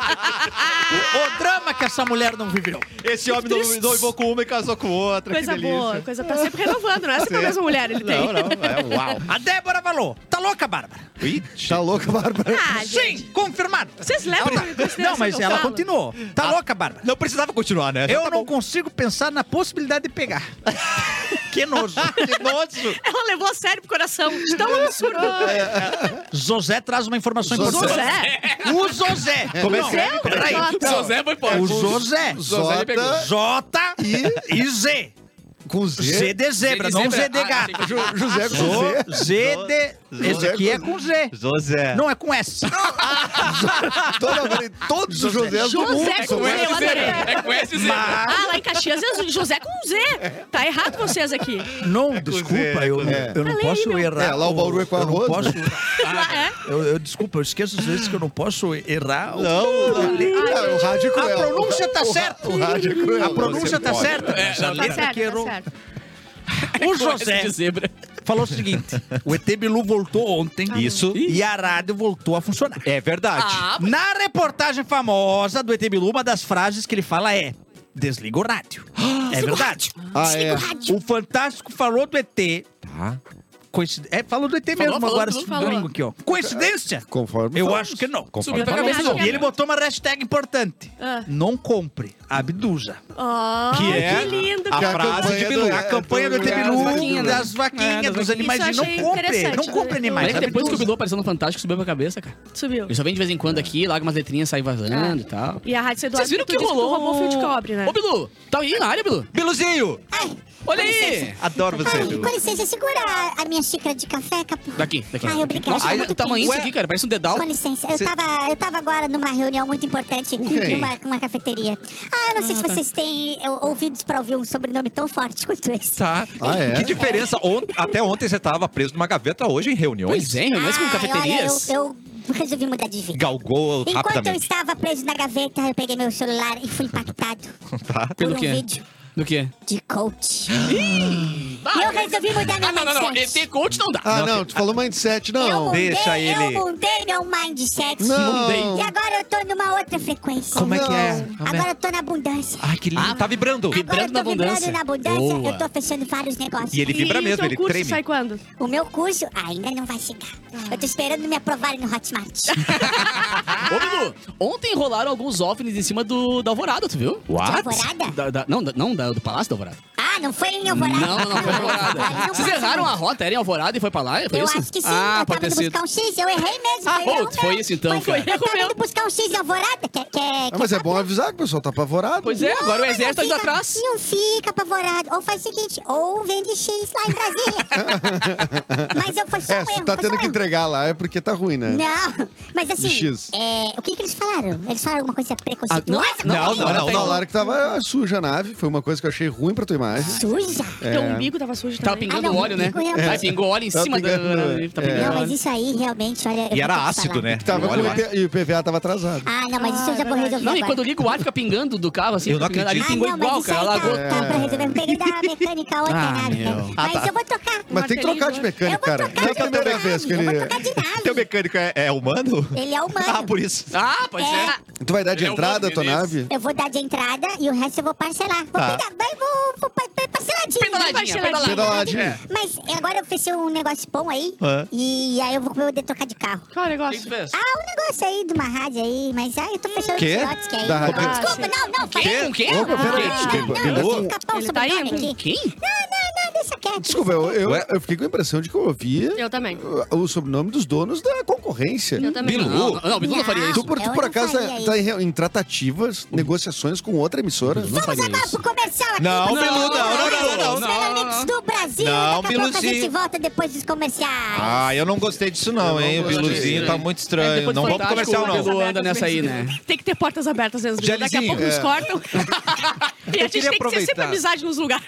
S2: o, o drama que essa mulher não viveu.
S1: Esse homem
S5: triste.
S1: noivou com uma e casou com outra.
S5: Coisa
S1: que delícia.
S5: boa, coisa tá sempre renovando, não é essa que é a mesma mulher ele tem.
S1: Não, não, é uau.
S2: A Débora falou: tá louca, Bárbara?
S1: Ixi.
S4: Tá louca, Bárbara?
S5: Ah, gente.
S2: Sim, confirmado. Tá.
S5: Vocês levam em consideração
S2: Não, mas
S5: que eu
S2: ela
S5: falo?
S2: continuou. Tá louca, Bárbara?
S1: Não precisava continuar, né?
S2: Eu não consigo pensar na possibilidade de pegar. que nojo.
S1: Que nojo.
S5: Ela levou a sério pro coração. De tão absurdo.
S1: Ah.
S2: Zozé traz uma informação
S4: Zozé.
S2: importante.
S5: Zé.
S2: O Zozé.
S1: Como é
S2: Não,
S1: que é?
S2: peraí.
S3: O seu Zé foi forte.
S2: O Zozé.
S3: Zozé ele pegou.
S4: Jota
S2: J e Z.
S4: com Z.
S2: Z de zebra, não Z de
S3: Ah, achei
S2: gato.
S3: que-
S4: Ju- José com Z.
S2: Zo- Z de... Esse
S4: Zozé
S2: aqui é
S4: com-
S2: com Z.
S1: José.
S2: Não, é com S.
S4: Toda- todos os Josés do mundo.
S5: José
S4: são
S5: com
S4: esses.
S5: Z, eu adorei.
S3: É com esse Zé.
S5: Ah, lá em Caxias é José com Z. Tá errado vocês aqui.
S2: Não, desculpa, eu, eu não
S5: Lê aí,
S2: posso
S5: meu.
S2: errar.
S4: É, lá o Bauru é com
S2: eu não
S4: arroz,
S2: posso-
S5: Ah, é?
S2: eu, eu- desculpa, eu esqueço às vezes que eu não posso errar. o-
S1: Não,
S4: Ah, o rádio é
S2: A
S4: cruel.
S2: pronúncia tá
S4: O ra-
S2: certa.
S4: O rádio é cruel.
S2: A pronúncia
S1: Você
S2: tá
S1: pode.
S2: certa.
S3: É,
S2: Essa
S3: não,
S5: Tá
S2: letra
S5: certo,
S2: que errou.
S5: tá certo.
S2: O
S3: Com S
S2: José
S3: de zebra.
S2: falou o seguinte: o ET Bilu voltou ontem.
S1: Isso.
S2: E a rádio voltou a funcionar. Ah,
S1: É verdade.
S2: Na reportagem famosa do ET Bilu, uma das frases que ele fala é: desliga o rádio. é verdade.
S4: Ah, é.
S2: O Fantástico falou do ET.
S1: Tá.
S2: coinci- É, falou do ET
S3: Falou,
S2: mesmo
S3: falou,
S2: agora,
S3: falou,
S2: esse
S5: falou.
S2: domingo aqui, ó. Coincidência?
S4: Conforme
S2: Eu
S4: falamos.
S2: acho que não.
S1: Conforme
S3: Subiu pra
S5: falamos.
S3: cabeça
S5: Eu
S3: do
S5: acho
S2: E
S5: que
S3: homem.
S2: ele botou uma hashtag importante.
S5: Ah.
S2: Não compre, abduza.
S5: Ah,
S1: Que é
S5: que lindo.
S1: a
S4: Que
S5: cara.
S4: a
S1: frase de
S4: campanha
S1: Bilu.
S4: do-
S1: A
S2: A campanha do ET
S4: Das
S2: Bilu,
S3: vaquinhas, né?
S2: das
S3: É,
S2: vaquinhas,
S3: das
S2: dos
S3: vaquinhas.
S2: animais.
S5: Isso
S2: E
S5: eu
S2: não
S5: achei
S2: compre, não
S5: interessante. né?
S2: compre
S3: Mas
S2: animais.
S3: é que depois que o
S2: abduza.
S3: Bilu apareceu no Fantástico, subiu pra cabeça, cara.
S5: Subiu.
S3: Ele só vem de vez em quando aqui, larga umas letrinhas, sai vazando tá e tal.
S5: E a Rádio Seduar,
S3: Vocês viram
S5: tu
S3: que
S5: É. disse
S3: rolou? um-
S5: tu roubou fio de cobre, né?
S3: Ô, Bilu, tá aí na área, Bilu?
S1: Biluzinho!
S3: Olha aí!
S5: licença.
S1: Adoro você,
S7: Ai,
S1: Bilu.
S2: É.
S7: com licença, segura a minha xícara de café, capô.
S3: Daqui, daqui.
S7: Ai, obrigada.
S3: Nossa,
S7: Ai,
S3: olha o
S7: muito
S3: tamanho
S7: quente.
S3: isso aqui, cara. Parece um dedal.
S7: Com licença, eu tava, eu tava agora numa reunião muito importante
S4: quem?
S7: numa, numa cafeteria. Ah, eu não sei se vocês têm é, ouvidos pra ouvir um sobrenome tão forte quanto esse.
S3: Tá.
S4: Ah, é?
S1: Que diferença. On- Até ontem você tava preso numa gaveta, hoje em reuniões.
S3: Pois é, reuniões com
S7: Ai,
S3: cafeterias.
S7: Ah, olha, eu, eu resolvi mudar de vida.
S1: Galgou
S7: Enquanto eu
S1: rapidamente.
S7: estava preso na gaveta, eu peguei meu celular e fui impactado
S1: Tá.
S7: por
S3: Pelo
S7: um
S3: quê?
S7: vídeo
S3: Do quê?
S7: de coach. e eu resolvi mudar
S3: Ah, não,
S7: meu
S3: não, não.
S7: mindset.
S3: ET Coach não dá.
S4: Ah,
S1: Não,
S4: não, tu falou mindset,
S7: Eu
S4: não.
S7: mudei,
S1: Deixa ele.
S7: eu mudei meu mindset.
S4: Não.
S7: E agora eu tô numa outra frequência.
S4: Como é que é?
S7: Agora eu tô na abundância.
S1: Ai, que lindo. tá vibrando.
S7: Agora eu
S3: Vibrando
S7: tô
S3: na abundância.
S7: vibrando na abundância,
S1: Boa.
S7: eu tô fechando vários negócios.
S1: E ele vibra
S5: e
S1: mesmo,
S5: o
S1: ele
S5: teu curso
S1: treme.
S5: Então, sai quando?
S7: O meu curso ainda não vai chegar. Eu tô esperando me aprovarem no Hotmart.
S3: Ô, Bilu, ontem rolaram alguns OVNIs em cima do, da Alvorada, tu viu?
S7: De
S1: What?
S7: Alvorada?
S3: Da- da- não, da- não da- do Palácio da Alvorada.
S7: Ah, não foi em
S3: Não,
S7: Alvorada?
S3: não, não, foi em Alvorada.
S7: Não
S3: Vocês
S7: passa
S3: erraram a
S7: muito.
S3: rota, era em Alvorada e foi pra lá? Foi
S7: Eu
S3: isso?
S7: acho que sim,
S3: Ah,
S7: eu tava
S3: pode ter
S7: indo
S3: sido.
S7: buscar um X, eu errei mesmo.
S3: Ah,
S7: foi erro
S3: putz, foi
S7: meu.
S3: isso então,
S7: Foi-
S3: cara.
S7: Eu tava indo buscar um X em Alvorada, que, que, que
S4: Ah, mas é bom avisar que o pessoal tá apavorado.
S3: Pois é, agora o
S7: Não,
S3: exército tá indo
S7: não fica-
S3: atrás.
S7: Não fica apavorado. Ou faz o seguinte, ou vende X lá em Brasília. mas eu, foi só
S4: É,
S7: um
S4: se
S7: erro.
S4: tá
S7: foi
S4: tendo
S7: só um
S4: que
S7: erro.
S4: entregar lá, é porque tá ruim, né?
S7: Não, mas assim,
S4: De X.
S7: é, o que, que eles falaram? Eles falaram alguma coisa
S3: Ah, não,
S7: preconceituosa?
S3: não,
S1: Não, não,
S3: não, não,
S4: Não, falaram um que tava suja a nave, foi uma coisa que eu achei ruim pra tua imagem.
S7: Suja?
S5: Teu umbigo tava sujo
S3: Tava
S5: também.
S3: pingando
S7: Ah, não,
S3: óleo, né?
S7: pingou realmente.
S3: Aí pingou óleo em
S4: Tava
S3: cima da.
S4: pingando,
S3: Tá
S4: é.
S3: pingando
S7: Não, mas
S3: óleo.
S7: isso aí realmente, olha...
S1: E
S7: eu vou ter
S1: era
S7: que
S1: ácido,
S7: falar.
S1: né?
S4: Tava
S1: Olha
S4: com o
S1: lá.
S4: IP e o IPVA tava atrasado.
S7: Ah, não, mas isso
S5: Ah,
S7: eu já vou
S5: verdade.
S7: resolver
S3: é Não, e
S7: agora.
S3: quando liga o ar, fica pingando do carro assim.
S1: Eu não
S3: tá pingando,
S1: acredito.
S3: Ali
S7: Ah,
S3: pingou
S7: não,
S3: igual,
S7: mas isso
S3: cara.
S7: aí
S3: Alagou.
S7: tá, tá pra resolver. Eu peguei da mecânica ontem
S3: Ah,
S7: a nave, né?
S3: meu.
S7: Mas eu vou trocar.
S4: Mas tem que trocar de
S7: Eu
S4: mecânico,
S7: vou
S4: cara.
S7: trocar
S4: Não é a
S7: de
S4: primeira
S7: nave.
S4: vez que
S7: Eu vou
S4: ele.
S7: trocar de
S1: Teu
S7: nave.
S1: mecânico é, é humano?
S7: Ele é humano.
S2: Tá.
S1: Ah, por isso.
S3: Ah, pode
S7: É.
S3: ser.
S4: Tu vai dar de
S3: Ele é um
S4: entrada a
S3: homem,
S4: tua
S3: beleza.
S4: nave?
S7: Eu vou dar de entrada e o resto eu vou parcelar. Vou
S1: Tá.
S7: pegar, vai, vou, vou par- par- parceladinho.
S3: Pedaladinha,
S7: Vai,
S3: pedaladinha.
S4: Pedaladinha.
S7: Mas agora eu fiz um negócio bom aí.
S1: É.
S7: E aí eu vou poder trocar de carro.
S5: Qual é o
S3: O que que
S5: negócio?
S3: tu fez?
S7: Ah, um negócio aí de uma rádio aí, mas ah, eu tô fechando
S1: Quê?
S7: os lotes que aí.
S4: Da
S7: Ah,
S4: rádio?
S7: Desculpa, não, não,
S3: Quem?
S7: falei. Ah,
S3: Com quem?
S4: Opa,
S3: Com
S4: peraí,
S3: quem?
S4: desculpa.
S7: Não,
S4: Bilhou?
S7: não, capão,
S5: Ele tá
S7: sobrenome
S5: indo?
S7: aqui.
S3: Quem?
S7: Não, não, não, deixa quieto.
S4: Desculpa, eu, eu,
S1: Ué?
S4: eu fiquei com a impressão de que eu ouvia
S5: Eu também.
S4: uh, o sobrenome dos donos da concorrência.
S5: Eu também.
S1: Bilu?
S3: Não, não, Bilu não faria isso.
S4: Tu, por, tu
S7: Eu
S4: por
S7: não
S4: acaso,
S7: faria
S4: tá,
S7: isso. Uhum.
S4: tá em, re- em tratativas, negociações com outra emissora?
S3: Não
S7: Vamos
S3: faria
S7: agora
S3: isso.
S7: pro comercial aqui.
S1: Não,
S7: do
S1: Bilu, não,
S7: Brasil.
S1: não, não, não,
S7: Os
S3: não.
S7: melhores do Brasil.
S1: Não,
S7: Daqui a pouco a gente
S1: Biluzinho.
S7: volta depois dos comerciais.
S1: Ah, eu não gostei disso não, hein? O Biluzinho tá muito
S3: Aí
S1: estranho.
S3: depois
S1: Não
S3: do
S1: vamos
S3: Fantástico,
S1: comercial,
S3: o
S1: não.
S3: Bilu anda nessa aí, né?
S5: assim. Tem que ter portas abertas mesmo. Bilu. Daqui a pouco
S1: Gelizinho,
S5: nos cortam. e a gente
S1: queria
S5: tem que ter sempre
S1: aproveitar.
S5: amizade nos lugares.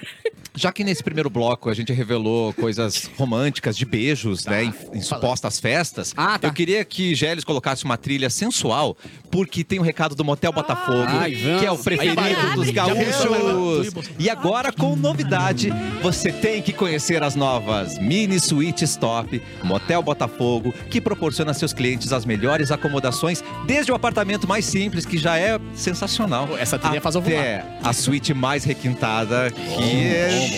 S1: Já que nesse primeiro bloco a gente revelou coisas românticas, de beijos, né, em, em supostas festas,
S3: Ah, tá.
S1: eu queria que Gélis colocasse uma trilha sensual, porque tem o recado do Motel Botafogo,
S3: Ai, vamos.
S1: que é o preferido
S3: Ai,
S5: vai.
S1: dos
S5: Já
S1: gaúchos.
S3: pensou, né?
S1: E agora, com novidade, você tem que conhecer as novas Mini Suites Top, Motel Botafogo, que proporciona a seus clientes as melhores acomodações, desde o apartamento mais simples, que já é sensacional.
S3: Pô, essa trilha faz ovular.
S1: até É, a suíte mais requintada, que é-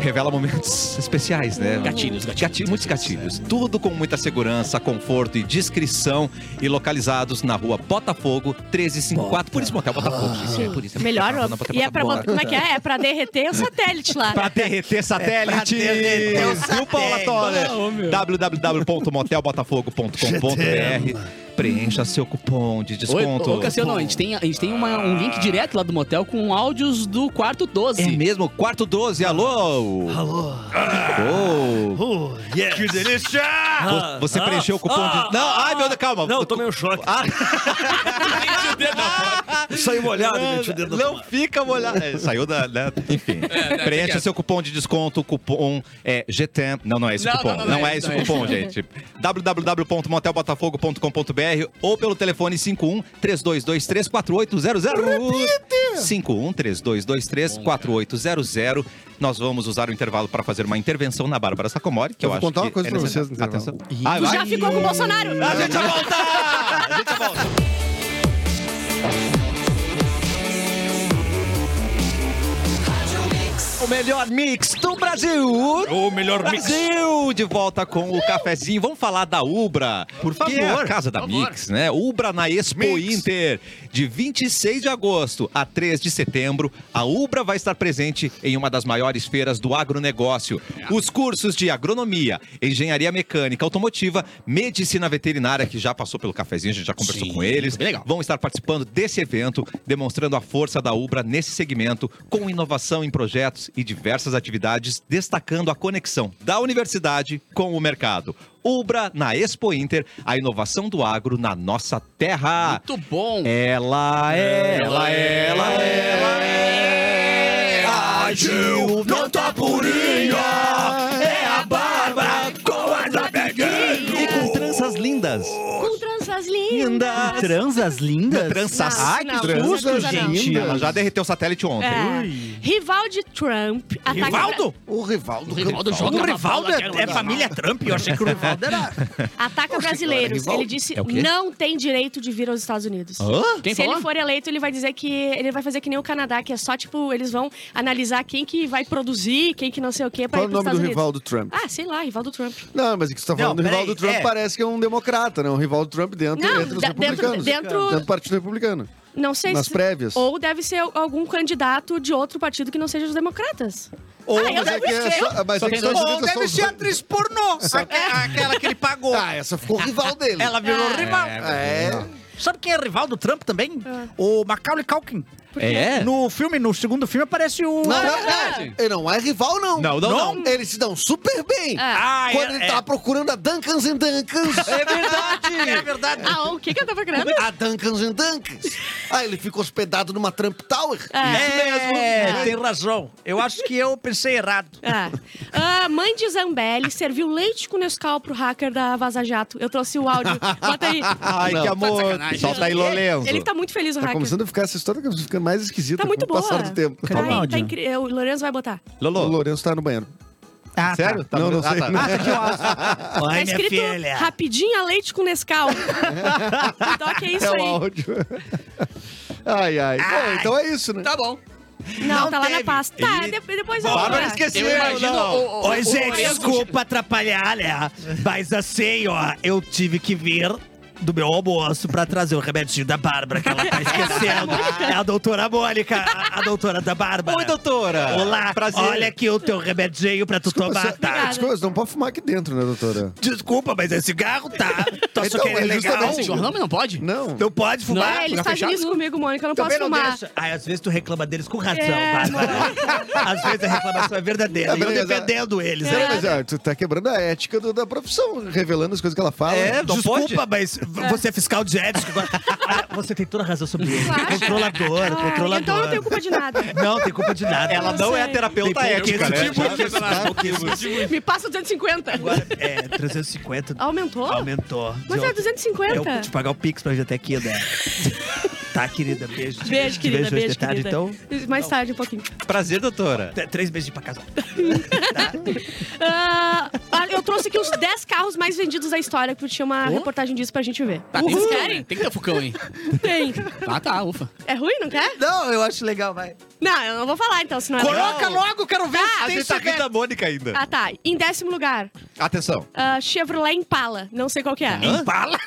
S1: revela momentos especiais, né?
S3: Gatilhos, gatilhos.
S1: Gati- muitos gatilhos. Tudo com muita segurança, conforto e discrição. E localizados na rua Botafogo, 1354. Por isso, Motel Botafogo. gente, é por isso, é
S5: Melhor.
S1: Botafogo, não, Motel
S5: E é pra.
S1: Botafogo.
S5: Como é que é? É pra derreter o satélite lá.
S1: Pra
S3: É
S1: derreter satélite! Viu, Paula Toller? www.motelbotafogo.com.br Preencha seu cupom de desconto.
S3: é, Ô, ô, Cassiano, a gente tem, a gente tem uma- um link direto lá do motel com áudios do quarto 12.
S1: É mesmo? Quarto 12, alô? Alô?
S8: Que delícia!
S2: Ah.
S1: Você preencheu o cupom de... Não, ai meu Deus, calma.
S8: Ah. Não, eu tomei um choque. Meti o dedo na porta. Saiu molhado, meti o dedo na
S1: Não fica molhado. É, saiu da. né? Enfim. Preencha
S8: quieto.
S1: seu cupom de desconto. O cupom é GTAM. Não, não é esse
S3: Não,
S1: cupom.
S3: não,
S1: Não,
S3: não,
S1: é, esse cupom, gente. www.motelbotafogo.com.br ou pelo telefone 51 3223 4800. 51 3223 4800. Nós vamos usar o intervalo para fazer uma intervenção na Bárbara Sacomori, que eu,
S4: Eu vou
S1: acho
S4: contar
S1: que
S4: uma coisa
S1: é
S4: pra vocês
S1: necessário.
S4: no intervalo.
S1: Atenção. Ah,
S5: Tu
S1: vai. Ah,
S5: já ficou com o Bolsonaro.
S1: A gente já volta! A gente já volta. O melhor mix do Brasil!
S8: O melhor mix.
S1: Brasil! De volta com o cafezinho. Vamos falar da Ubra. Por favor. Que é a casa da
S3: Por favor.
S1: Mix, né? Ubra na Expo Inter. De 26 de agosto a 3 de setembro, a Ubra vai estar presente em uma das maiores feiras do agronegócio. Os cursos de agronomia, engenharia mecânica automotiva, medicina veterinária, que já passou pelo cafezinho, a gente já conversou
S3: Sim,
S1: com eles,
S3: bem legal.
S1: vão estar participando desse evento, demonstrando a força da Ubra nesse segmento, com inovação em projetos e diversas atividades, destacando a conexão da universidade com o mercado. Ubra na Expo Inter, a inovação do agro na nossa terra.
S3: Muito bom.
S1: Ela é, ela é, ela é, ela é. A Gil não tá purinha, é a Bárbara com a da E com tranças lindas.
S5: Com tranças lindas.
S1: Lindas.
S2: Transas lindas?
S1: Tranças.
S2: Ai, que
S5: Não,
S2: susto,
S5: transa não.
S2: gente.
S1: Ela já derreteu o satélite ontem.
S5: É. Rival de Trump. ataca-
S2: Rivaldo?
S6: O Rivaldo.
S3: O Rivaldo joga
S2: O
S3: uma
S2: Rivaldo
S3: bola
S2: é,
S3: que
S2: é família Trump? Eu achei que o Rivaldo era...
S5: Ataca brasileiros. Ele disse
S1: É o quê?
S5: não tem direito de vir aos Estados Unidos.
S1: Hã?
S3: Quem
S5: Se
S3: falou?
S5: ele for eleito, ele vai dizer que ele vai fazer que nem o Canadá, que é só tipo eles vão analisar quem que vai produzir, quem que não sei o quê para
S4: Qual é
S5: ir
S4: o
S5: para os
S4: nome do
S5: Estados Unidos.
S4: rival do Trump?
S5: Ah, sei lá, Rivaldo Trump.
S4: Não, mas o que você tá
S2: Não,
S4: falando do
S2: peraí,
S4: rival do Trump
S2: é.
S4: parece que é um democrata, né? Um rival do Trump dentro,
S5: Não,
S4: entre os
S5: da-
S4: republicanos.
S5: dentro- dentro-
S4: do Partido Republicano.
S5: Não sei
S4: Nas
S5: se
S4: prévias.
S5: ou deve ser algum candidato de outro partido que não seja os democratas.
S4: Ou,
S5: Ah, eu
S4: mas é
S5: não
S4: que é
S5: sei.
S4: só- mas
S3: Só
S4: é que
S3: tem
S4: os Estados Unidos são os-
S2: atriz pornô. Aquela que ele pagou.
S6: Ah, essa ficou o rival dele.
S2: Ela
S5: Ah,
S2: virou rival.
S4: Ah,
S6: É.
S2: Sabe quem é rival do Trump também?
S5: Ah.
S2: O Macaulay Culkin.
S1: É?
S2: No filme, no segundo filme, aparece o...
S6: Não, não, não. Ele não é rival, não.
S1: Não, não, não.
S6: Eles se dão super bem.
S2: Ah,
S6: Quando
S2: é-
S6: ele
S2: é.
S6: tá procurando a Duncans and Duncans.
S2: É verdade. É verdade.
S5: Ah, o que que eu tava querendo?
S6: A Duncans and Duncans. Aí ele fica hospedado numa Trump Tower.
S2: Ah, É, tem razão. Eu acho que eu pensei errado.
S5: Ah. Ah, mãe de Zambelli serviu leite com Nescau pro hacker da Vaza Jato. Eu trouxe o áudio. Bota aí.
S1: Ai,
S3: tá
S1: que amor. Solta aí, Lorenzo.
S5: Ele tá muito feliz, o
S4: Tá
S5: hacker.
S4: começando a ficar essa história tá ficando mais esquisita
S5: Tá muito
S4: com o
S5: boa.
S4: passar do tempo.
S5: Tá, aí, tá incri- é, O Lourenço vai botar.
S4: O
S1: Lolo,
S4: Lourenço tá no banheiro.
S2: Ah,
S1: sério? Tá
S4: Não,
S1: no-
S4: não sei. É
S1: Ah, tá.
S2: É Ai,
S5: tá
S2: minha
S5: escrito
S2: filha.
S5: rapidinha leite com Nescau. então que é isso
S4: É o
S5: aí.
S4: áudio. Ai, ai. Bom, então é isso, né?
S3: Tá bom.
S5: Não,
S2: Não
S5: tá lá na
S2: teve.
S5: pasta. Tá, de- depois eu
S1: Bárbara
S5: vou.
S1: esqueceu.
S3: Eu
S2: né?
S3: imagino
S1: não.
S3: o- o- o-
S2: Oi,
S3: o
S2: gente,
S3: Lourenço-
S2: é, desculpa atrapalhar, né? Mas assim, ó, eu tive que vir do meu almoço pra trazer o remedinho da Bárbara, que ela tá esquecendo. É a doutora Mônica, a, a doutora da Bárbara.
S1: Oi, doutora.
S2: Olá,
S1: Prazer.
S2: olha aqui o teu remedinho pra tu tomar, tá?
S5: Obrigada.
S4: Desculpa, você não pode fumar aqui dentro, né, doutora?
S2: Desculpa, mas é cigarro, tá? Tu achou
S4: Então,
S2: que ele é
S4: é
S2: legal?
S4: justamente-
S3: Jornal, mas não pode?
S4: Não.
S2: Não pode fumar?
S5: É, eles
S4: Tá
S3: Lugar
S5: fazem
S3: fechado?
S5: isso comigo, Mônica. Eu não
S2: Também
S5: posso
S2: não
S5: fumar.
S2: deixa. Ai, às vezes tu reclama deles com razão,
S5: É,
S2: Bárbara. Às vezes a reclamação é verdadeira.
S4: É,
S2: e eu
S4: beleza.
S2: defendendo eles. né?
S4: Não, mas, ah, tu tá quebrando a ética do- da profissão, revelando as coisas que ela fala.
S1: É, não
S2: Desculpa,
S1: pode?
S2: mas Você é fiscal de ética agora. Ah, Você tem toda a razão sobre ele.
S5: Claro.
S2: Controlador, controlador.
S5: então eu não tenho culpa de nada.
S2: Não, tem culpa de nada.
S1: Ela não é a
S5: sei.
S1: terapeuta
S2: Tem
S1: ética,
S2: pouquinho,
S1: né?
S2: tipo,
S1: Já está um pouquinho-
S5: Me passa 250.
S2: Agora é 350.
S5: Aumentou?
S2: Aumentou.
S5: Mas é 250.
S2: Eu vou te pagar o Pix pra vir até aqui, né? tá, querida, beijo.
S5: Beijo,
S2: Te
S5: querida.
S2: hoje
S5: Beijo,
S2: de tarde,
S5: querida.
S2: Então,
S5: Mais tarde, um pouquinho.
S1: Prazer, doutora.
S2: t- três beijos pra casa.
S5: Ah, olha, eu trouxe aqui os 10 carros mais vendidos da história, porque tinha uma reportagem disso pra gente ver.
S3: Tá, tem
S5: Vocês
S3: Fucão,
S5: querem?
S3: né? Tem que ter Fucão, hein?
S5: Tem.
S3: Ah, tá, ufa.
S5: É ruim, não quer?
S2: Não, eu acho legal, vai.
S5: Não, eu não vou falar então, senão é legal.
S2: Coloca logo, quero ver.
S5: Tá,
S2: se
S1: A
S2: tem
S1: gente tá
S2: chiclete.
S1: rindo da Mônica ainda.
S5: Ah, tá. Em décimo lugar,
S1: Atenção.
S5: ah, Chevrolet Impala. Não sei qual que é.
S2: Impala?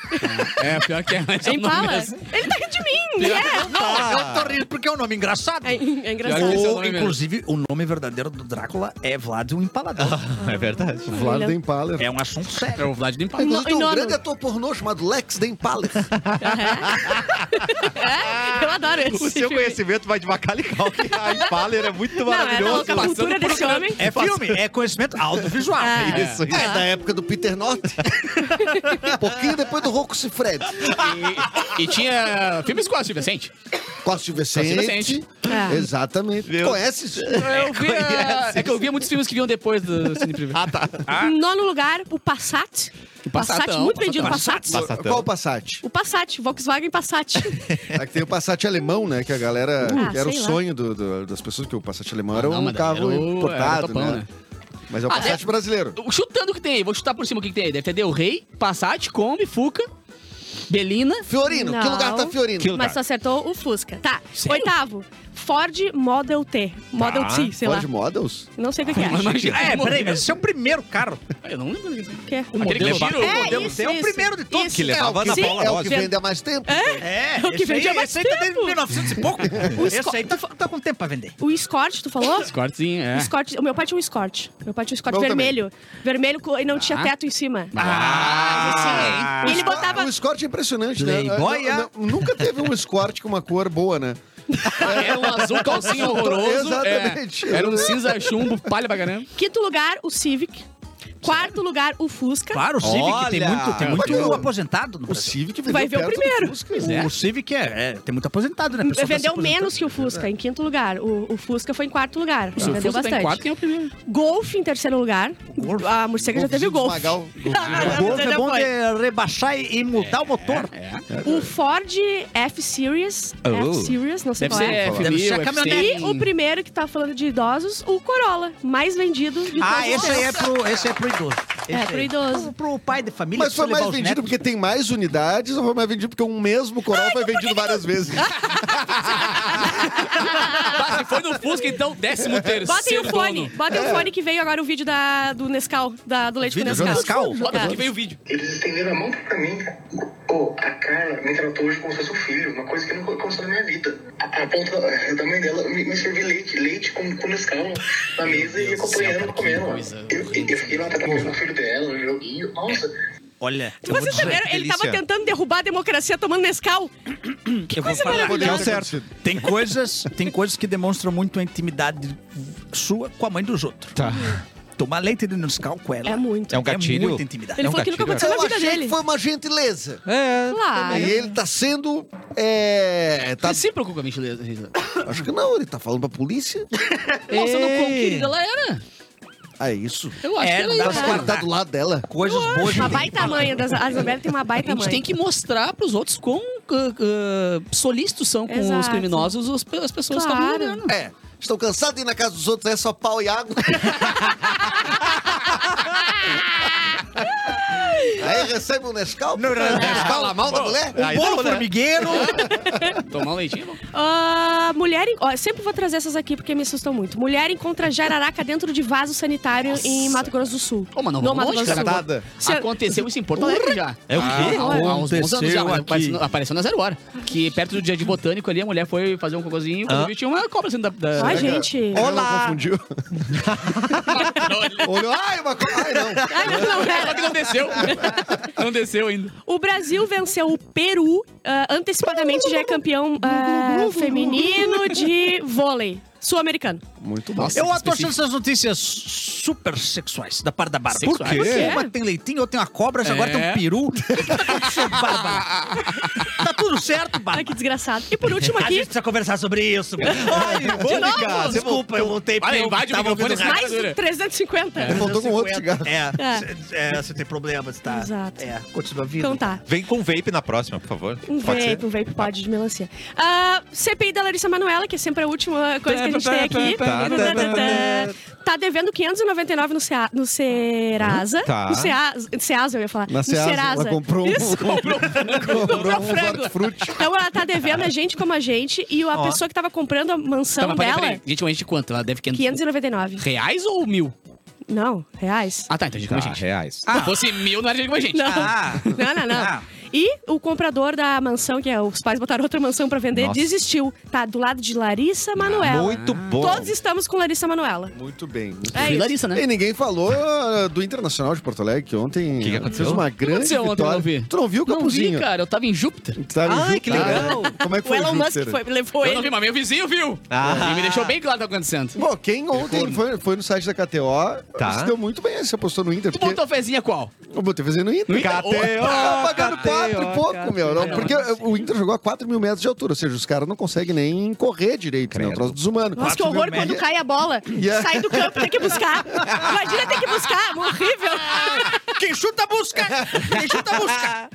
S3: É, pior que é, mas
S5: É
S3: eu não
S5: Impala?
S3: mesmo.
S5: Ele tá rindo de mim, é.
S2: Não, eu tô rindo porque é um nome engraçado.
S5: É, é
S3: Pior que
S5: engraçado.
S3: esse é o
S2: Ou,
S3: nome mesmo.
S2: inclusive, o nome verdadeiro do Drácula é Vlad o Impalador.
S1: É verdade.
S9: Vlad
S5: Olha.
S9: Impaler.
S2: É um assunto sério.
S3: É o Vlad do Impala.
S4: Inclusive, tem um
S5: nono.
S4: grande ator pornô chamado Lex Den Palace.
S5: É, eu adoro esse.
S1: O seu
S5: filme.
S1: conhecimento vai de Macalical, que a Impaler é muito
S5: Não, é
S1: maravilhoso.
S5: louca a cultura desse homem.
S2: É filme, é conhecimento audiovisual.
S5: É.
S1: Isso, isso.
S4: É da época do Peter Norte. um pouquinho depois do Rocco Fred.
S3: E, e tinha filmes com a Silvia Sente.
S4: Costa
S3: Costa
S4: Vicente.
S3: Vicente.
S5: É.
S4: Exatamente.
S1: Meu.
S4: Conhece isso?
S3: Eu via, é que eu via muitos filmes que vinham depois do Cine Privé. Ah, tá.
S5: Em nono lugar, o Passat. O Passat,
S3: Passatão,
S5: muito vendido, Passat.
S1: Passatão.
S4: Qual o Passat?
S5: O Passat, Volkswagen Passat.
S4: É que tem o Passat alemão, né? Que a galera.
S5: Ah,
S4: que era o
S5: sei lá.
S4: sonho do- do- das pessoas, que o Passat alemão era
S3: Não,
S4: um
S3: mas
S4: carro
S3: era o- era
S4: importado,
S3: o topão,
S4: né?
S3: né?
S4: Mas é o
S3: Ah,
S4: Passat
S3: é-
S4: brasileiro.
S3: Chutando o que tem aí, vou chutar por cima o que, que tem aí. Deve ter Del Rey, Passat, Kombi, Fuca, Belina.
S4: Fiorino, que
S5: Não.
S4: lugar tá Fiorino?
S1: Que lugar?
S5: Mas só acertou o Fusca. Tá.
S3: Sério?
S5: Oitavo, Ford Model T. Model
S1: Tá.
S5: T, sei lá.
S4: Ford Models?
S5: Não sei o que, que é.
S3: Mas Ah, imagina. Um
S2: É, peraí, mas esse é o primeiro carro.
S3: Eu não lembro disso.
S5: O que é?
S3: Aquele que
S1: modelo-
S3: tira o-
S5: É,
S2: modelo
S5: isso,
S2: C é o
S5: isso,
S2: primeiro de todos
S5: isso.
S1: que levava
S5: é o
S1: na
S5: Sim,
S1: Paula
S4: É o
S1: Rosa.
S4: que vende há mais tempo.
S2: É,
S5: O que
S2: esse aí-
S5: vende há mais
S2: esse aí tá desde
S5: tempo.
S2: 1900 e pouco.
S5: O
S2: esse
S5: Scott-
S2: aí tá, tá com tempo pra vender.
S5: O Escort, tu falou?
S3: Escortezinho, é.
S5: O Escort, o meu pai tinha um Escort. Meu pai tinha um Escort
S4: Meu também.
S5: vermelho. Vermelho co- e não tinha
S3: Ah.
S5: teto em cima.
S3: Ah,
S5: E ele botava...
S4: O Escort é impressionante,
S2: Playboy,
S4: né? Eu- eu- eu- Nunca teve um Escort com uma cor boa, né?
S3: Era um azul calcinho horroroso.
S4: Exatamente.
S3: é. Era um cinza chumbo, palha pra caramba.
S5: Quinto lugar, o Civic. Quarto lugar, o Fusca.
S2: Claro, o Civic tem
S1: Olha!
S2: muito, tem muito
S4: Mas o-
S2: aposentado no
S4: O
S2: Brasil.
S4: Civic
S5: Tu vai
S4: É vendeu
S5: ver o
S4: perto do
S5: primeiro.
S4: Fusca. né?
S2: O Civic é, é, tem muito aposentado, né? A pessoa tá se
S5: Vendeu
S2: aposentando.
S5: menos que o Fusca, em quinto lugar. O, o Fusca foi em quarto lugar.
S3: Se eu
S5: Vendeu
S2: tá
S3: fosse
S5: bastante.
S3: tem quatro, quem é o primeiro?
S5: Golf em terceiro lugar.
S2: Golf?
S5: A morcega já teve o Golf.
S4: Esmagar o
S2: O Golf é bom de rebaixar e, e mudar o motor.
S5: O Um Ford F-Series.
S1: Oh.
S5: F-Series, não sei
S3: Deve
S5: qual
S3: ser
S5: é.
S2: Deve ser
S3: F1000,
S2: a
S5: E o
S3: F100.
S5: primeiro que tá falando de idosos, o Corolla, mais vendido de todos
S2: Ah,
S5: os
S2: esse aí é
S5: tempos.
S2: pro, esse é pro idoso. Esse
S5: É, pro
S2: aí.
S5: idoso.
S2: Pro, pro pai de família.
S4: Mas
S2: que
S4: foi
S2: levar
S4: mais
S2: os
S4: vendido
S2: netos.
S4: porque tem mais unidades ou foi mais vendido porque um mesmo Corolla foi vendido várias vezes?
S3: Ah, se foi no Fusca, então décimo terceiro.
S5: Botem o fone, botem o fone que veio agora o víono da, do Nescau, da, do leite do
S2: É. Vídeo do
S5: Nescau.
S2: Nescau?
S3: Bota aqui,
S5: É.
S3: veio o vídeo.
S10: Eles estenderam a mão pra mim, cara. Pô, a Carla me tratou hoje como se fosse um filho, uma coisa que não aconteceu na minha vida. A, a ponta da mãe dela me, me serviu leite, leite com, com Nescau na mesa e acompanhando, comendo. Eu, eu, eu fiquei lá tratando o filho dela, no joguinho. Nossa,
S2: Olha, eu vou
S5: Vocês
S2: dizer,
S5: saberam? Ele tava
S1: delícia.
S5: tentando derrubar a democracia tomando Nescau.
S2: eu vou falar-
S1: Deu certo.
S2: Tem coisas, tem coisas que demonstram muito a intimidade sua com a mãe dos outros. Tá. Tomar leite de Nescau com ela.
S5: É muito.
S1: É um gatilho.
S2: É muita intimidade.
S5: Ele
S1: É um
S5: falou que nunca
S1: gatilho,
S5: aconteceu na
S4: Eu
S5: vida
S4: achei
S5: dele. É.
S4: que foi uma gentileza.
S5: Claro.
S4: E ele tá sendo. É. Tá,
S3: Recíproco com a gentileza.
S4: acho que não, ele tá falando pra polícia.
S3: Nossa, no quão querida ela era.
S4: Ah, é isso.
S3: Eu acho
S2: É,
S3: que ela
S2: não dá
S3: era.
S2: pra
S4: Mas
S2: Ah.
S4: ele tá do lado dela.
S2: Coisas boas.
S5: Uma baita tamanho. Das, a Isabela tem uma
S3: A
S5: baita
S3: gente
S5: mãe.
S3: tem que mostrar pros outros quão ah, ah, solícitos são com os
S5: Exato.
S3: criminosos os- as pessoas que
S5: Claro.
S3: estavam morando.
S4: É. Estão cansados de ir na casa dos outros, é só pau e água. Aí recebe um Nescau. Não, Fala mal da mulher.
S1: Aí não, né?
S2: Um formigueiro.
S3: Tomar um leitinho é bom.
S5: Ah, mulher. Em... Ó, sempre vou trazer essas aqui porque me assustam muito. Mulher encontra jararaca dentro de vaso sanitário em Mato Grosso do Sul.
S3: Ô, mas não
S5: no
S3: vamos
S5: Mato
S3: longe,
S5: Grosso do Sul.
S3: tá?
S4: Nada.
S5: Se-
S3: Ah, Aconteceu isso em Porto Alegre já.
S1: É o quê?
S3: Há, há uns bons anos já,
S2: Aconteceu
S3: mas
S2: aqui.
S3: apareceu, apareceu na zero hora. Que perto do dia de botânico ali, a mulher foi fazer um cocôzinho, quando
S1: Ah.
S3: viu, tinha uma cobra sendo da... da...
S5: Ai, gente.
S4: Olá. Confundiu. Olhou. Ai, uma co- Ai, não.
S5: Ai, não, não,
S3: Só
S5: pera.
S3: que não desceu. não desceu ainda.
S5: O Brasil venceu o Peru. ah, antecipadamente já é campeão ah, feminino de vôlei. Sul-americano.
S4: Muito bom.
S3: Nossa,
S2: Eu
S3: que
S2: tô achando
S3: específico.
S2: essas notícias super sexuais da parte da Bárbara.
S3: Sexuais?
S2: Por
S3: Por
S2: quê?
S3: quê?
S2: Uma tem leitinho, outra tem uma cobra, agora tem um
S3: É.
S2: peru. O que que tá acontecendo, Bárbara? tá tudo certo,
S5: Ai,
S2: Bárbara?
S5: que desgraçado. E por último
S2: A gente
S5: aqui,
S2: precisa conversar sobre isso. Ai, Mônica, desculpa, eu montei
S3: Olha,
S2: porque eu
S3: invade o
S2: tava
S3: microfone
S2: ouvindo
S3: e sai.
S2: rádio.
S5: mais 350.
S4: Ele voltou com outro cigarro.
S2: É, cê- é, você tem problemas, tá?
S5: Exato.
S2: É, continua vindo.
S5: Então tá.
S1: Vem com vape na próxima, por favor.
S5: Um
S1: Pode ser?
S5: vape, um vape pode de melancia. Ah, CPI da Larissa Manoela, que é sempre a última coisa que a gente tem aqui.
S1: Tá.
S5: Tá devendo 599 no, Cea- no Serasa.
S1: Tá.
S5: No Ceasa, Ceasa, eu ia falar.
S4: Na
S5: no
S4: Ceasa, ela
S5: Serasa.
S4: comprou um,
S5: Isso.
S4: comprou um, comprou um
S5: frango.
S4: hortifruti.
S5: Então ela tá devendo a gente como a gente e a
S1: Ó.
S5: pessoa que tava comprando a mansão
S3: Tá, mas peraí,
S5: dela,
S3: peraí. Gente, mas a gente quanto? Ela deve 500
S5: 599.
S3: reais ou mil?
S5: Não, reais.
S3: Ah, tá, entendi. Como
S1: Tá,
S3: a gente.
S1: reais.
S3: Se fosse mil, não era gente como a gente.
S5: Não.
S2: Ah,
S5: Não, não, não.
S2: Ah.
S5: E o comprador da mansão, que é, os pais botaram outra mansão pra vender,
S1: Nossa. Ah,
S5: desistiu. Tá do lado de Larissa Manoela.
S1: Muito bom.
S5: Todos estamos com Larissa Manoela.
S4: Muito bem. muito
S5: É
S3: Vi
S5: isso.
S3: Larissa, né?
S4: E ninguém falou ah, do Internacional de Porto Alegre, que ontem
S1: Que que aconteceu?
S4: fez uma grande
S3: aconteceu ontem,
S4: vitória.
S3: eu não vi.
S4: tu não viu o
S3: Não vi,
S4: Capuzinho? Tá
S3: cara. Eu tava em Júpiter.
S4: Tu tava em
S1: Ai,
S4: Júpiter.
S1: que legal.
S4: Como é que
S5: O
S4: foi
S5: Elon Musk
S4: Júpiter?
S5: foi,
S3: Eu
S5: levou
S3: não vi,
S5: ele.
S3: mas meu vizinho viu.
S1: Ah.
S3: Ele me deixou bem claro o que tá acontecendo.
S4: Bom, quem ontem foi, foi no site da KTO,
S1: Tá.
S4: se deu muito bem, se apostou no Inter.
S3: Tu
S4: Porque
S3: botou fezinha qual?
S4: eu botei fazendo no Inter.
S3: Inter?
S2: Ah,
S4: Tá pagando
S1: KTO,
S4: quatro e pouco, meu. Não, porque o Inter jogou a 4 mil metros de altura, ou seja, os caras não conseguem nem correr direito, né? Um
S1: Credo.
S4: troço desumano.
S5: Nossa, que
S2: Quatro mil
S5: horror quando
S2: média.
S5: cai a bola.
S4: Yeah.
S5: Sai do campo, tem que buscar. Imagina ter que buscar. Horrível.
S2: quem chuta busca! Quem chuta busca!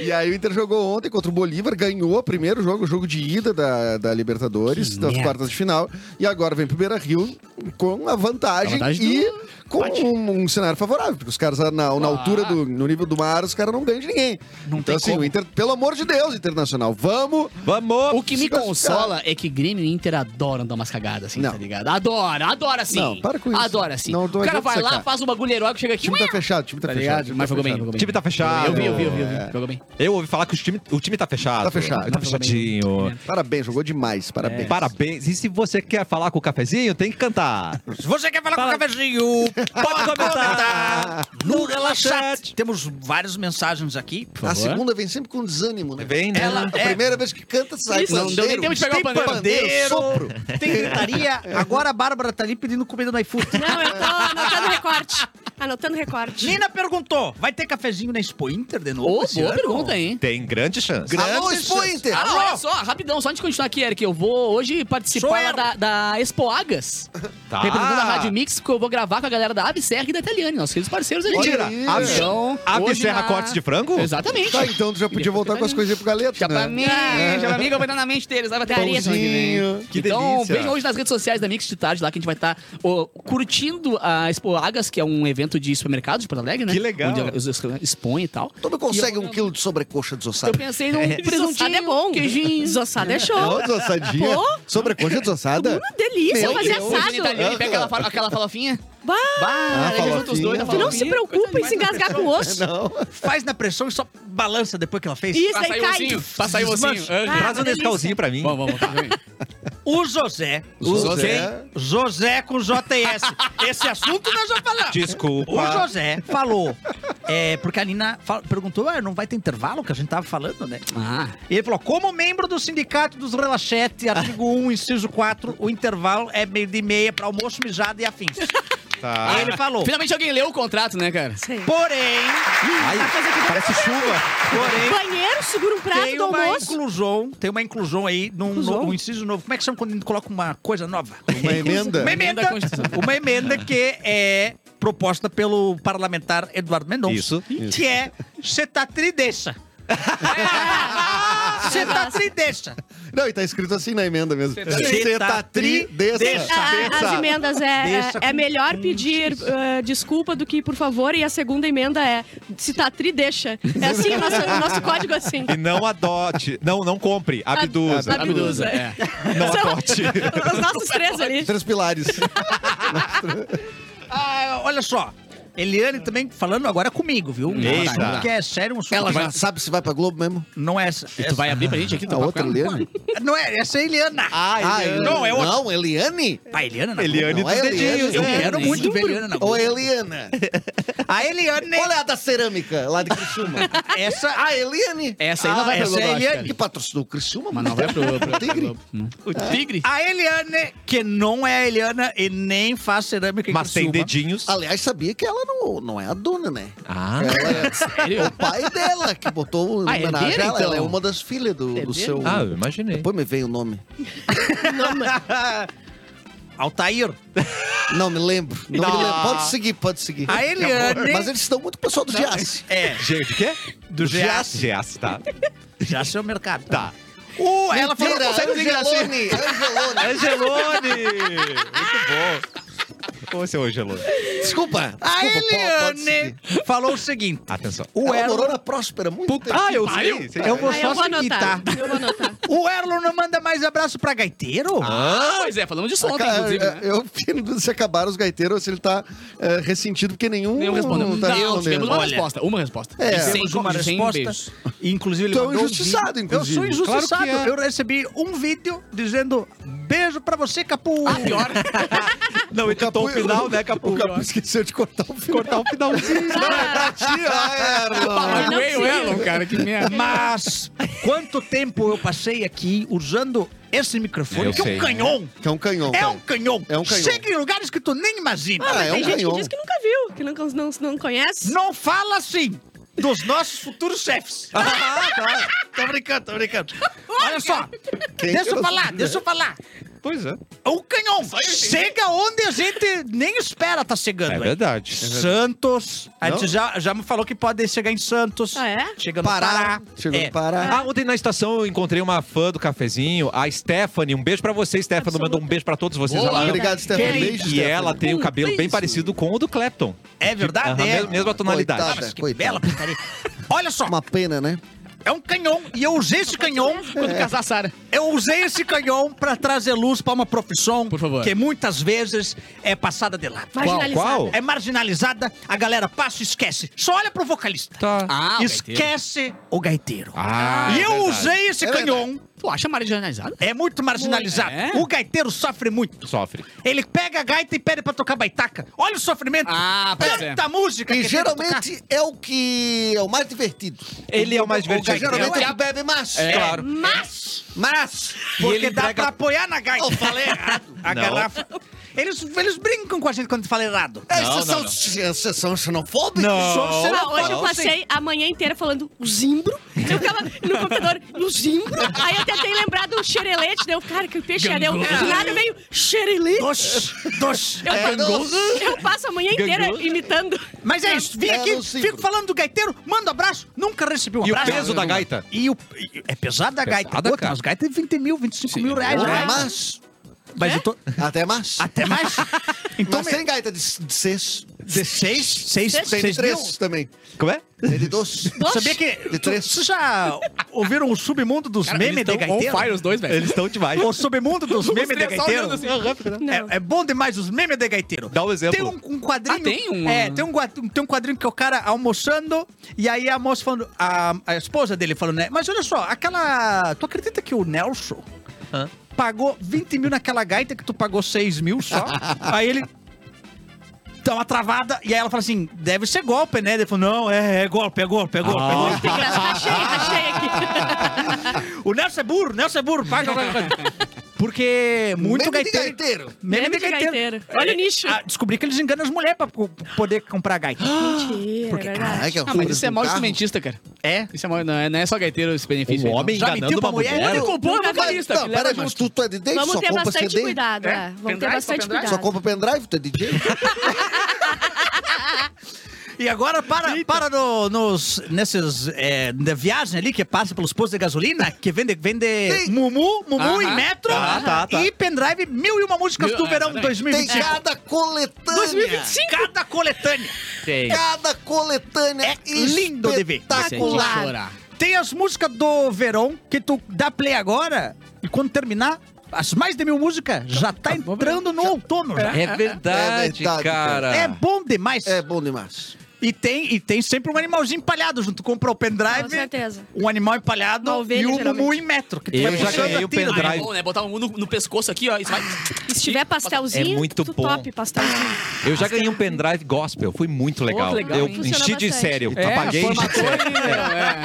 S4: E aí o Inter jogou ontem contra o Bolívar, ganhou o primeiro jogo, o jogo de ida da, da Libertadores, das quartas de final. E agora vem pro Beira Rio com a vantagem,
S3: A vantagem
S4: e com um, um cenário favorável, porque os caras na, na
S3: Ah.
S4: altura do no nível do mar, os caras não ganham de ninguém. então,
S2: tem
S4: assim,
S2: como.
S4: o Inter, pelo amor de Deus, Internacional, vamos!
S1: Vamos!
S3: O que me
S4: Se classificar.
S3: consola é que Grêmio e Inter adoram dar umas cagadas, assim,
S4: Não.
S3: tá ligado? Adora, adora sim.
S4: Não, para com isso.
S3: Adora sim.
S4: Não,
S3: o
S4: não
S3: cara
S4: adianta
S3: vai lá,
S4: sacar.
S3: faz um bagulho heróico, chega
S4: O
S3: aqui.
S4: time tá fechado, o time tá,
S3: Tá
S4: fechado. o
S3: ligado?
S4: time
S3: Mas
S4: tá
S3: jogou bem,
S4: fechado. É.
S3: jogou bem.
S1: O time tá fechado.
S3: Eu vi, eu vi, eu vi, eu vi. Jogou bem.
S1: Eu ouvi falar que o time, o time tá fechado.
S4: Tá É. fechado.
S1: Tá fechadinho.
S4: Parabéns, jogou demais,
S3: É,
S4: parabéns.
S1: Parabéns. E se você quer falar com o cafezinho, tem que cantar.
S2: Se você quer falar com o cafezinho, pode comentar Tá. no Relaxat. Temos várias mensagens aqui.
S4: A segunda vem sempre com desânimo, né?
S1: Vem, né?
S2: Ela
S4: A primeira vez que canta, sai.
S5: Isso, não
S3: é deu nem tempo de pegar o
S4: tem
S3: pandeiro.
S4: sopro.
S2: tem gritaria. Agora a Bárbara tá ali pedindo comida no iFood.
S5: Não, eu tô anotando recorte. Anotando recorte.
S2: Nina perguntou, vai ter cafezinho na Expo Inter de novo?
S3: Ô,
S2: esse
S3: boa
S2: ano?
S3: pergunta, hein?
S1: Tem grande chance.
S4: Alô,
S2: Grandes
S4: Expo
S2: chances.
S4: Inter!
S3: Ah, não, olha só, rapidão, só antes de continuar aqui, Eric, eu vou hoje
S2: Sou
S3: participar lá
S2: eu.
S3: da, da Expo Agas,
S1: Tá.
S3: representando a Rádio Mix, que eu vou gravar com a galera da Abserg e da Italiane, nossos queridos parceiros ali.
S1: Mentira.
S4: aí.
S1: A-
S3: Então,
S1: A
S3: hoje
S1: Serra
S3: na-
S1: Cortes de Frango?
S3: Exatamente.
S4: Tá, então tu já podia voltar com as coisinhas pro Galeto,
S3: Já pra
S4: né?
S3: mim, já pra mim, que eu vou entrar na mente deles, lá vai ter areia semana que vem.
S4: Pãozinho.
S1: Que
S3: então,
S1: delícia.
S3: vejam hoje nas redes sociais da Mix de Tarde, lá que a gente vai estar ó, curtindo a Expo Agas, que é um evento de supermercados de Porto Alegre, né?
S1: Que legal.
S3: Onde os os- expõe e tal.
S6: Todo consegue um quilo de sobrecoxa
S3: Eu
S1: Tá.
S6: desossada.
S3: pensei num
S5: Desossada
S3: presuntinho,
S5: é bom.
S3: queijinho.
S5: Desossada é show.
S4: Ô, desossadinha.
S5: Pô.
S4: Sobrecoxa desossada?
S5: Uma delícia
S4: Meu
S5: fazer
S4: Deus.
S5: assado.
S3: Italiane, é pega aquela, fa- aquela farofinha.
S5: Bah,
S3: Bah,
S4: Ah,
S3: daí junta os dois,
S4: farofinha.
S3: a
S5: tu não
S3: farofinha.
S5: se preocupa em se engasgar com o osso.
S2: Faz na pressão e só balança depois que ela fez.
S5: Isso
S3: Passa
S5: aí
S3: aí o
S5: cai.
S3: ossinho, passa aí o ossinho.
S5: Desmancha.
S3: Ah,
S1: Traz um
S5: delícia.
S1: descalzinho pra mim.
S3: Vamos, vamos, tá bem.
S2: O José.
S4: O
S1: José.
S4: José.
S2: José com JS. Esse assunto nós já falamos.
S1: Desculpa.
S2: O José falou, é, porque a Nina fal- perguntou, ah, não vai ter intervalo que a gente tava falando, né?
S3: Ah,
S2: E ele falou, como membro do Sindicato dos Relaxete, artigo 1, inciso 4, o intervalo é meio de meia para almoço, mijada e afins.
S1: Tá.
S2: Ele falou,
S3: finalmente alguém leu o contrato, né, cara?
S5: Isso aí.
S2: porém,
S1: Ai, parece chuva.
S2: porém,
S5: Banheiro, segura um prato
S2: tem
S5: do
S2: uma
S5: almoço.
S2: inclusão, tem uma inclusão aí num,
S5: Inclusão?
S2: num inciso novo. Como é que chama quando coloca uma coisa nova?
S4: Uma emenda.
S2: Uma
S3: Emenda
S2: emenda,
S3: à Constituição.
S2: uma emenda que é proposta pelo parlamentar Eduardo Mendonça.
S1: Isso,
S2: Que é, você tá trideixa. Você tá trideixa.
S4: Não, e tá escrito assim na emenda mesmo.
S2: Cê tá tri-
S4: dessa.
S5: A- a- Ah, as emendas é, é,
S2: Deixa
S5: é
S2: com-
S5: melhor pedir eh, desculpa do que por favor. E a segunda emenda é se tá tri, deixa. É assim o nosso, o nosso código é assim.
S1: E não adote. Não, não compre. Abduza.
S5: Ab- Abduza, é.
S1: Não adote.
S5: Os nossos três ali.
S4: Três pilares.
S2: Ah, olha só. Eliane também falando agora comigo, viu?
S1: Eita.
S2: Tá, Porque é sério um assunto
S4: Ela
S2: que
S4: já
S2: vai-
S4: sabe se vai pra Globo mesmo?
S2: Não é essa.
S3: E tu vai abrir Tá pra gente aqui?
S4: A outra Eliane?
S2: Não é, essa é a Eliana.
S4: Ah, Eliane.
S1: Não, é outra.
S4: Não, Eliane?
S2: A Eliana não.
S1: Eliane
S4: Não,
S1: dos
S4: é
S1: dedinhos.
S4: Eliane,
S2: Eu
S1: né?
S2: quero
S3: É,
S2: muito ver a Eliana na
S4: Ou
S2: Globo.
S4: é Eliana?
S2: A Eliane,
S4: Olha a da cerâmica lá de Criciúma.
S2: essa...
S4: Ah, Eliane?
S3: Essa aí não vai pra
S2: essa é
S3: Globo,
S2: a
S3: eu acho,
S2: Eliane.
S4: Que patrocinou o Criciúma,
S3: Mas
S4: mano.
S3: não vai pro, pro
S4: Tigre?
S3: Globo. O Tigre?
S2: A Eliane, que não é a Eliana e nem faz cerâmica em
S1: Mas tem
S2: Criciúma.
S1: dedinhos.
S4: Aliás, sabia que ela não, não é a dona, né?
S1: Ah,
S4: Ela é
S3: Sério?
S4: o pai dela que botou em
S3: Ah, é
S4: homenagem
S3: dele,
S4: a ela. Ela é
S3: então?
S4: uma das filhas do,
S3: É
S4: do
S3: dele?
S4: seu...
S1: ah, eu imaginei.
S4: Depois me veio o nome.
S2: Altair.
S4: Não, me lembro. Não,
S1: Não.
S4: me lembro. Pode seguir, pode seguir.
S2: A Eliane...
S4: Mas eles estão muito com o pessoal do Dias.
S2: É,
S1: Gente, de quê?
S2: Do Giasse.
S1: Giasse, tá.
S2: já seu mercado.
S1: Tá.
S2: Uh, ela falou que
S4: Mentira,
S2: consegue dizer assim.
S4: Angelone, Angelone.
S1: Angelone! Muito bom. Ô, seu Angelone.
S4: Desculpa.
S2: A
S4: Desculpa, po- pode É
S2: Eliane falou o seguinte.
S1: Atenção.
S2: O
S4: Ela morou
S2: Erlon,
S4: na Próspera muito tempo.
S1: Ah, eu
S3: pariu.
S1: sei. sei.
S2: eu vou
S5: Ah,
S2: só
S5: eu vou
S2: seguir, tá?
S5: anotar. Eu vou anotar.
S2: O Erlon não manda mais abraço pra gaiteiro?
S3: Ah, pois é, falamos disso ontem,
S4: Cara,
S3: inclusive. né?
S4: é, eu eu- se acabaram os gaiteiros, ou se ele tá é, ressentido, porque nenhum,
S3: Nenhum respondeu. Não,
S4: tá
S3: tivemos
S4: respondendo.
S3: uma
S4: Olha,
S3: resposta. Uma resposta.
S4: É.
S3: E
S4: Temos
S3: sem,
S2: Temos uma
S3: sem beijos.
S2: resposta. Inclusive, ele
S4: Tu é um
S2: mandou
S4: injustiçado,
S2: vídeo.
S4: inclusive.
S2: Eu sou injustiçado.
S1: Claro que é.
S2: Eu recebi um vídeo dizendo beijo pra você, Capu.
S3: Ah, pior.
S1: Não, editou o
S4: Capu-
S1: final, né, Capu?
S4: O Capu esqueceu de cortar o final.
S1: Cortar o finalzinho.
S3: Ah,
S5: não
S3: eu,
S5: precisa.
S3: Elon, cara, que merda.
S2: Mas quanto tempo eu passei aqui usando esse microfone,
S1: Eu
S2: que é
S1: sei.
S2: um canhão.
S4: Que é um canhão.
S2: É
S4: cara.
S2: um canhão.
S4: É um canhão.
S2: Chega em lugares que tu nem imagina.
S4: Ah, é
S5: Tem
S4: um
S5: gente
S4: canhão.
S5: que diz que nunca viu, que nunca- não, não, conhece.
S2: Não fala assim dos nossos futuros chefes.
S4: Ah.
S2: tô brincando, tô brincando. Olha só. deixa
S4: é
S2: eu falar, deixa eu falar.
S1: Pois é.
S2: O canhão chega onde a gente nem espera tá chegando.
S1: É
S2: hein?
S1: verdade.
S2: Santos. A gente já, já me falou que pode chegar em Santos.
S5: Ah, é?
S2: Chega no
S4: Pará.
S2: Pará.
S4: Chegou
S2: É.
S4: no Pará.
S1: Ah, ontem na estação eu encontrei uma fã do cafezinho, a Stephanie. Um beijo pra você, Stephanie. Manda um beijo pra todos vocês.
S3: Boa,
S1: ela ama.
S4: Obrigado, Stephanie.
S5: Querida.
S4: Beijo,
S1: E é? ela tem o cabelo bem
S5: beijo.
S1: parecido com o do Clapton.
S2: É verdade?
S1: Aham,
S2: é.
S1: mesmo- mesma tonalidade.
S4: Coitada.
S2: Mas que
S4: Coitado.
S2: bela picaria. Olha só,
S4: Uma pena, né?
S2: é um canhão e eu usei esse canhão
S3: Quando casar a Sara.
S2: Eu usei esse canhão pra trazer luz pra uma profissão
S3: Por favor.
S2: que muitas vezes é passada de lado.
S5: Marginalizada.
S1: qual?
S2: É marginalizada, a galera passa e esquece. Só olha pro vocalista.
S1: Tá.
S3: Ah, o
S2: esquece o gaiteiro.
S1: Ah,
S2: e
S1: é
S2: eu
S1: verdade.
S2: usei esse
S4: É
S2: canhão.
S3: Tu acha marginalizada?
S2: É muito marginalizado.
S3: Muito. É?
S2: O gaiteiro sofre muito.
S1: Sofre.
S2: Ele pega a gaita e pede pra tocar baitaca. Olha o sofrimento.
S3: Ah, pois é.
S2: Tanta música
S4: E
S2: que tem
S4: geralmente é o que é o mais divertido.
S1: Ele é o mais
S4: O
S1: divertido.
S4: que geralmente
S3: É.
S4: é o que bebe mais.
S1: Claro.
S5: Mas,
S4: Mas.
S2: pra tocar.
S1: E
S2: Porque
S1: ele
S2: dá
S1: entrega-
S2: pra apoiar na gaita. Eu falei errado. A
S1: Não.
S2: garrafa. Eles, eles brincam com a gente quando fala errado.
S4: É,
S1: Não,
S4: vocês
S1: não,
S4: são,
S1: não.
S4: vocês são xenofóbicos?
S1: Não.
S4: Sou xenofóbico.
S5: não, hoje eu passei a manhã inteira falando o zimbro. Eu ficava no computador, no zimbro. Aí eu tentei lembrar do xerelete, deu, cara, que peixe é, deu. Do nada veio xerelete.
S2: Dois, dois. É,
S5: Eu,
S4: É,
S5: eu passo a manhã inteira
S1: Gangoso.
S5: imitando.
S2: Mas é isso, vim
S4: É,
S2: aqui,
S4: não sei,
S2: fico falando do gaiteiro, mando abraço, nunca recebi um
S1: E o
S2: abraço.
S1: peso da gaita?
S2: E o, e- é pesada a gaita.
S1: Pesada,
S2: Outra,
S1: cara.
S2: mas gaita é 20 mil, 25 mil reais.
S4: Até
S2: né?
S4: é mais.
S2: Mas eu tô...
S4: Até mais.
S2: Até mais? Então,
S4: Mas tem gaita de, de seis.
S2: de 6, 6,
S4: Tem de
S2: 6
S4: três também.
S1: Como é?
S4: Tem de dois.
S2: Sabia que...
S4: De
S2: tu-
S4: três.
S2: Vocês já ouviram o submundo dos
S3: Cara,
S2: memes
S3: eles
S2: de
S3: tão on
S2: gaiteiro?
S3: fire os dois, velho.
S1: Eles estão demais.
S2: O submundo dos memes de
S3: três só
S2: gaiteiro?
S3: olhando assim.
S5: Não.
S2: É, é bom demais os memes de gaiteiro.
S1: Dá um exemplo.
S2: Tem um, um quadrinho.
S3: Ah, tem um?
S2: É, tem um, gua- tem um quadrinho que é o cara almoçando e aí a moça falando. A, a esposa dele falando, né? Mas olha só, aquela. Tu acredita que o Nelson pagou 20 mil naquela gaita que tu pagou 6 mil só? aí ele. Dá uma travada e aí ela fala assim: deve ser golpe, né? Ele falou: não, é, é golpe, é golpe, é golpe. é golpe."
S5: Tem graça. Tá cheio, tá cheio aqui.
S2: O Nelson é burro, o Nelson é burro, paga. Porque muito
S4: Meme de
S2: gaiteiro.
S4: gaiteiro.
S2: Meme,
S5: Meme de gaiteiro. Olha o nicho.
S2: Ah, descobri que eles enganam as mulheres pra co- poder comprar gaita.
S5: Mentira,
S2: Porque,
S5: é
S4: Caraca,
S5: verdade.
S4: que
S3: Ah,
S4: horror,
S3: mas isso é
S4: um
S3: mal
S4: carro.
S3: instrumentista, cara.
S2: É?
S3: Isso é mal, não, é, não é só gaiteiro esse benefício.
S1: Um
S3: aí, não.
S1: homem
S2: Já
S1: enganando
S2: mentiu pra
S1: uma mulher.
S2: mulher?
S3: Ele comprou um
S4: Mas-
S3: vocalista.
S4: Não, então, peraí, mas tu, tu é de dentro,
S5: Vamos
S4: só
S5: ter
S4: compra
S5: bastante
S4: CD.
S5: cuidado,
S2: É?
S5: é. Vamos ter
S3: Pendrive,
S5: bastante
S3: só pendrive.
S4: Só
S5: cuidado.
S4: compra pendrive, tu é DJ.
S2: E agora para, para no- nos, nesses, é, na viagem ali que passa pelos postos de gasolina, que vende, vende Mumu, Mumu
S3: Aham.
S2: e Metro
S1: Tá, tá, tá.
S2: e pendrive mil e uma músicas
S3: Mil-
S2: do
S3: é,
S2: verão
S3: também.
S4: Tem
S2: 2025.
S4: cada coletânea.
S2: 2025! Cada coletânea.
S4: Cada coletânea
S2: É lindo de ver.
S3: Isso aí é de
S4: espetacular.
S3: chorar.
S2: Tem as músicas do verão que tu dá play agora e quando terminar, As mais de mil música já tá entrando no outono. já.
S1: É verdade,
S6: verdade,
S1: cara.
S6: cara.
S2: É bom demais.
S6: É bom demais.
S2: E, tem, e tem sempre um animalzinho empalhado junto. Compra o pendrive.
S5: Com certeza.
S2: Um animal empalhado
S5: Uma ovelha,
S2: e um
S5: geralmente.
S2: mumu em metro. Que tu
S1: Eu
S2: vai
S1: já
S2: puxando assim,
S1: ganhei
S2: a
S1: o
S2: tira.
S1: pendrive.
S3: Ah, é bom, né? Botar um no, no pescoço aqui, ó. Isso vai...
S5: E se tiver pastelzinho,
S1: É muito
S5: tudo
S1: bom.
S5: top, pastelzinho.
S1: Eu já ganhei um pendrive gospel, foi muito legal.
S3: que legal,
S1: eu
S3: hein?
S5: Funciona
S1: enchi de
S5: bastante.
S1: sério,
S8: É,
S1: apaguei enchi de
S8: formatou
S1: sério.
S8: ele,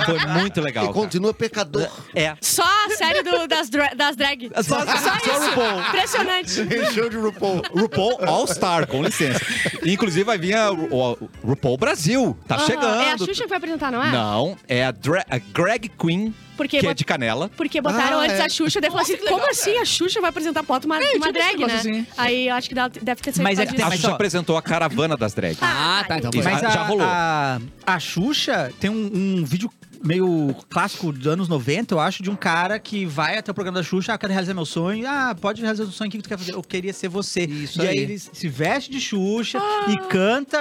S1: É, Foi muito legal.
S6: E continua pecador.
S1: É.
S5: Só a série do- das, dra das drag.
S1: Só, RuPaul. Tá
S5: Impressionante.
S6: Show de RuPaul.
S1: RuPaul All Star, com licença. Inclusive vai vir a Ru- o- o RuPaul Brasil, tá
S5: Aham.
S1: chegando.
S5: É a Xuxa que vai apresentar, não é?
S1: Não, é a, dra a Greg Queen,
S5: Porque
S1: que é
S5: bot-
S1: de canela.
S5: Porque botaram
S6: Ah,
S5: antes
S6: é.
S5: a Xuxa, daí falou assim, como assim a Xuxa vai apresentar foto uma, uma drag, né? Aí eu acho que dá- deve ter sido
S2: Mas é
S5: por
S2: que
S5: causa
S1: A
S2: Mas
S5: disso.
S1: Xuxa
S2: só-
S1: apresentou a caravana das drags.
S3: Ah, tá. Então
S1: Isso.
S3: foi.
S1: Mas já rolou.
S2: A, a Xuxa tem um, um vídeo meio clássico dos anos 90, eu acho, de um cara que vai até o programa da Xuxa, ah, eu quero realizar meu sonho. Ah, pode realizar seu sonho, o que que tu quer fazer? Eu queria ser você.
S6: Isso
S2: e
S6: aí.
S2: aí ele se veste de Xuxa
S5: Ah.
S2: e canta...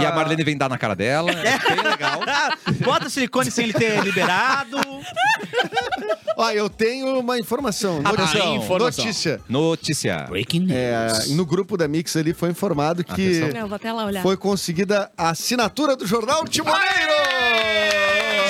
S1: E a Marlene vem dar na cara dela. É bem legal.
S2: Bota silicone sem ele ter liberado.
S4: Ó, eu tenho uma Ah, tá. informação.
S1: Atenção.
S3: Informação.
S4: Notícia.
S1: Notícia.
S3: Breaking news.
S4: É, no grupo da Mix ali foi informado que
S1: Atenção.
S5: Não, eu vou até lá olhar.
S4: foi conseguida a assinatura do jornal Timoneiro.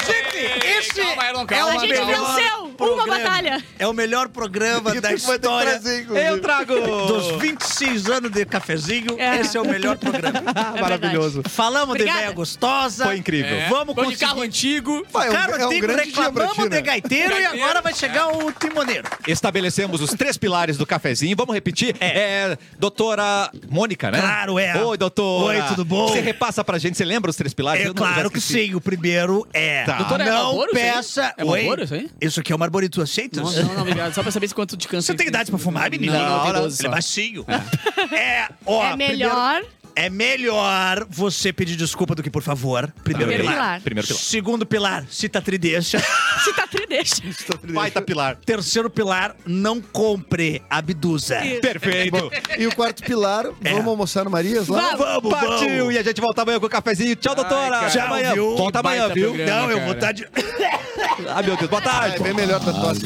S2: Gente, esse
S3: Calma, Elon,
S2: é
S3: calma.
S2: o
S5: A gente
S2: melhor
S5: venceu uma
S2: programa.
S5: batalha.
S2: É o melhor programa
S4: Que
S2: da
S4: tu vai ter que
S2: história.
S4: trazer, inclusive.
S2: Eu trago dos 26 anos de cafezinho,
S5: É.
S2: esse é o melhor programa.
S3: Ah,
S5: É
S1: Maravilhoso.
S2: Falamos
S5: Obrigada.
S2: de ideia gostosa.
S1: Foi incrível.
S3: É.
S2: Vamos
S3: Foi
S2: conseguir.
S3: de carro antigo.
S4: Vai, é um-
S2: Cara,
S4: é um
S2: antigo,
S4: grande dia pra
S2: reclamamos
S4: ti, né?
S2: de gaiteiro e
S3: Gaiteiro, é.
S2: agora vai chegar o timoneiro.
S1: Estabelecemos os três pilares do cafezinho. Vamos repetir? É. doutora Mônica, né?
S2: Claro, é.
S1: Oi, doutora.
S2: Oi, tudo bom?
S1: Você repassa pra gente, você lembra os três
S4: Ah,
S1: pilares?
S2: É
S1: Eu não- já
S2: claro que
S1: esqueci.
S2: sim. O primeiro é.
S1: Tá.
S3: Doutora, é
S2: não
S3: Marlboro isso aí?
S2: peça.
S3: É
S2: Oi?
S3: Marlboro isso aí?
S2: Isso aqui é o Marborito, aceita?
S3: Não, não, não, obrigado. Só pra saber se quanto de câncer.
S2: Você tem idade pra fumar, menino?
S3: Não, não, tem 12
S2: Ele é
S3: só.
S2: baixinho. É, ó.
S5: É melhor.
S2: primeiro- é melhor você pedir desculpa do que por favor. Primeiro,
S5: Primeiro
S2: pilar.
S5: pilar.
S1: Primeiro pilar.
S2: Segundo pilar, cita trideixa.
S5: Se tá tri, deixa.
S1: Baita pilar.
S2: Terceiro pilar, não compre, abduza.
S1: Perfeito.
S4: E o quarto pilar,
S1: É.
S4: vamos almoçar no Marias lá?
S5: Vamos.
S2: Vamos,
S1: Partiu.
S2: vamos.
S1: E a gente volta amanhã com o cafezinho. Tchau, doutora.
S3: cara.
S1: Até amanhã.
S2: Tchau, viu?
S1: Volta
S3: Que
S1: amanhã,
S3: baita
S1: viu?
S3: programa.
S2: Não, eu vou
S3: cara.
S2: estar de...
S1: Ah, meu Deus. Boa tarde.
S4: É bem melhor da tua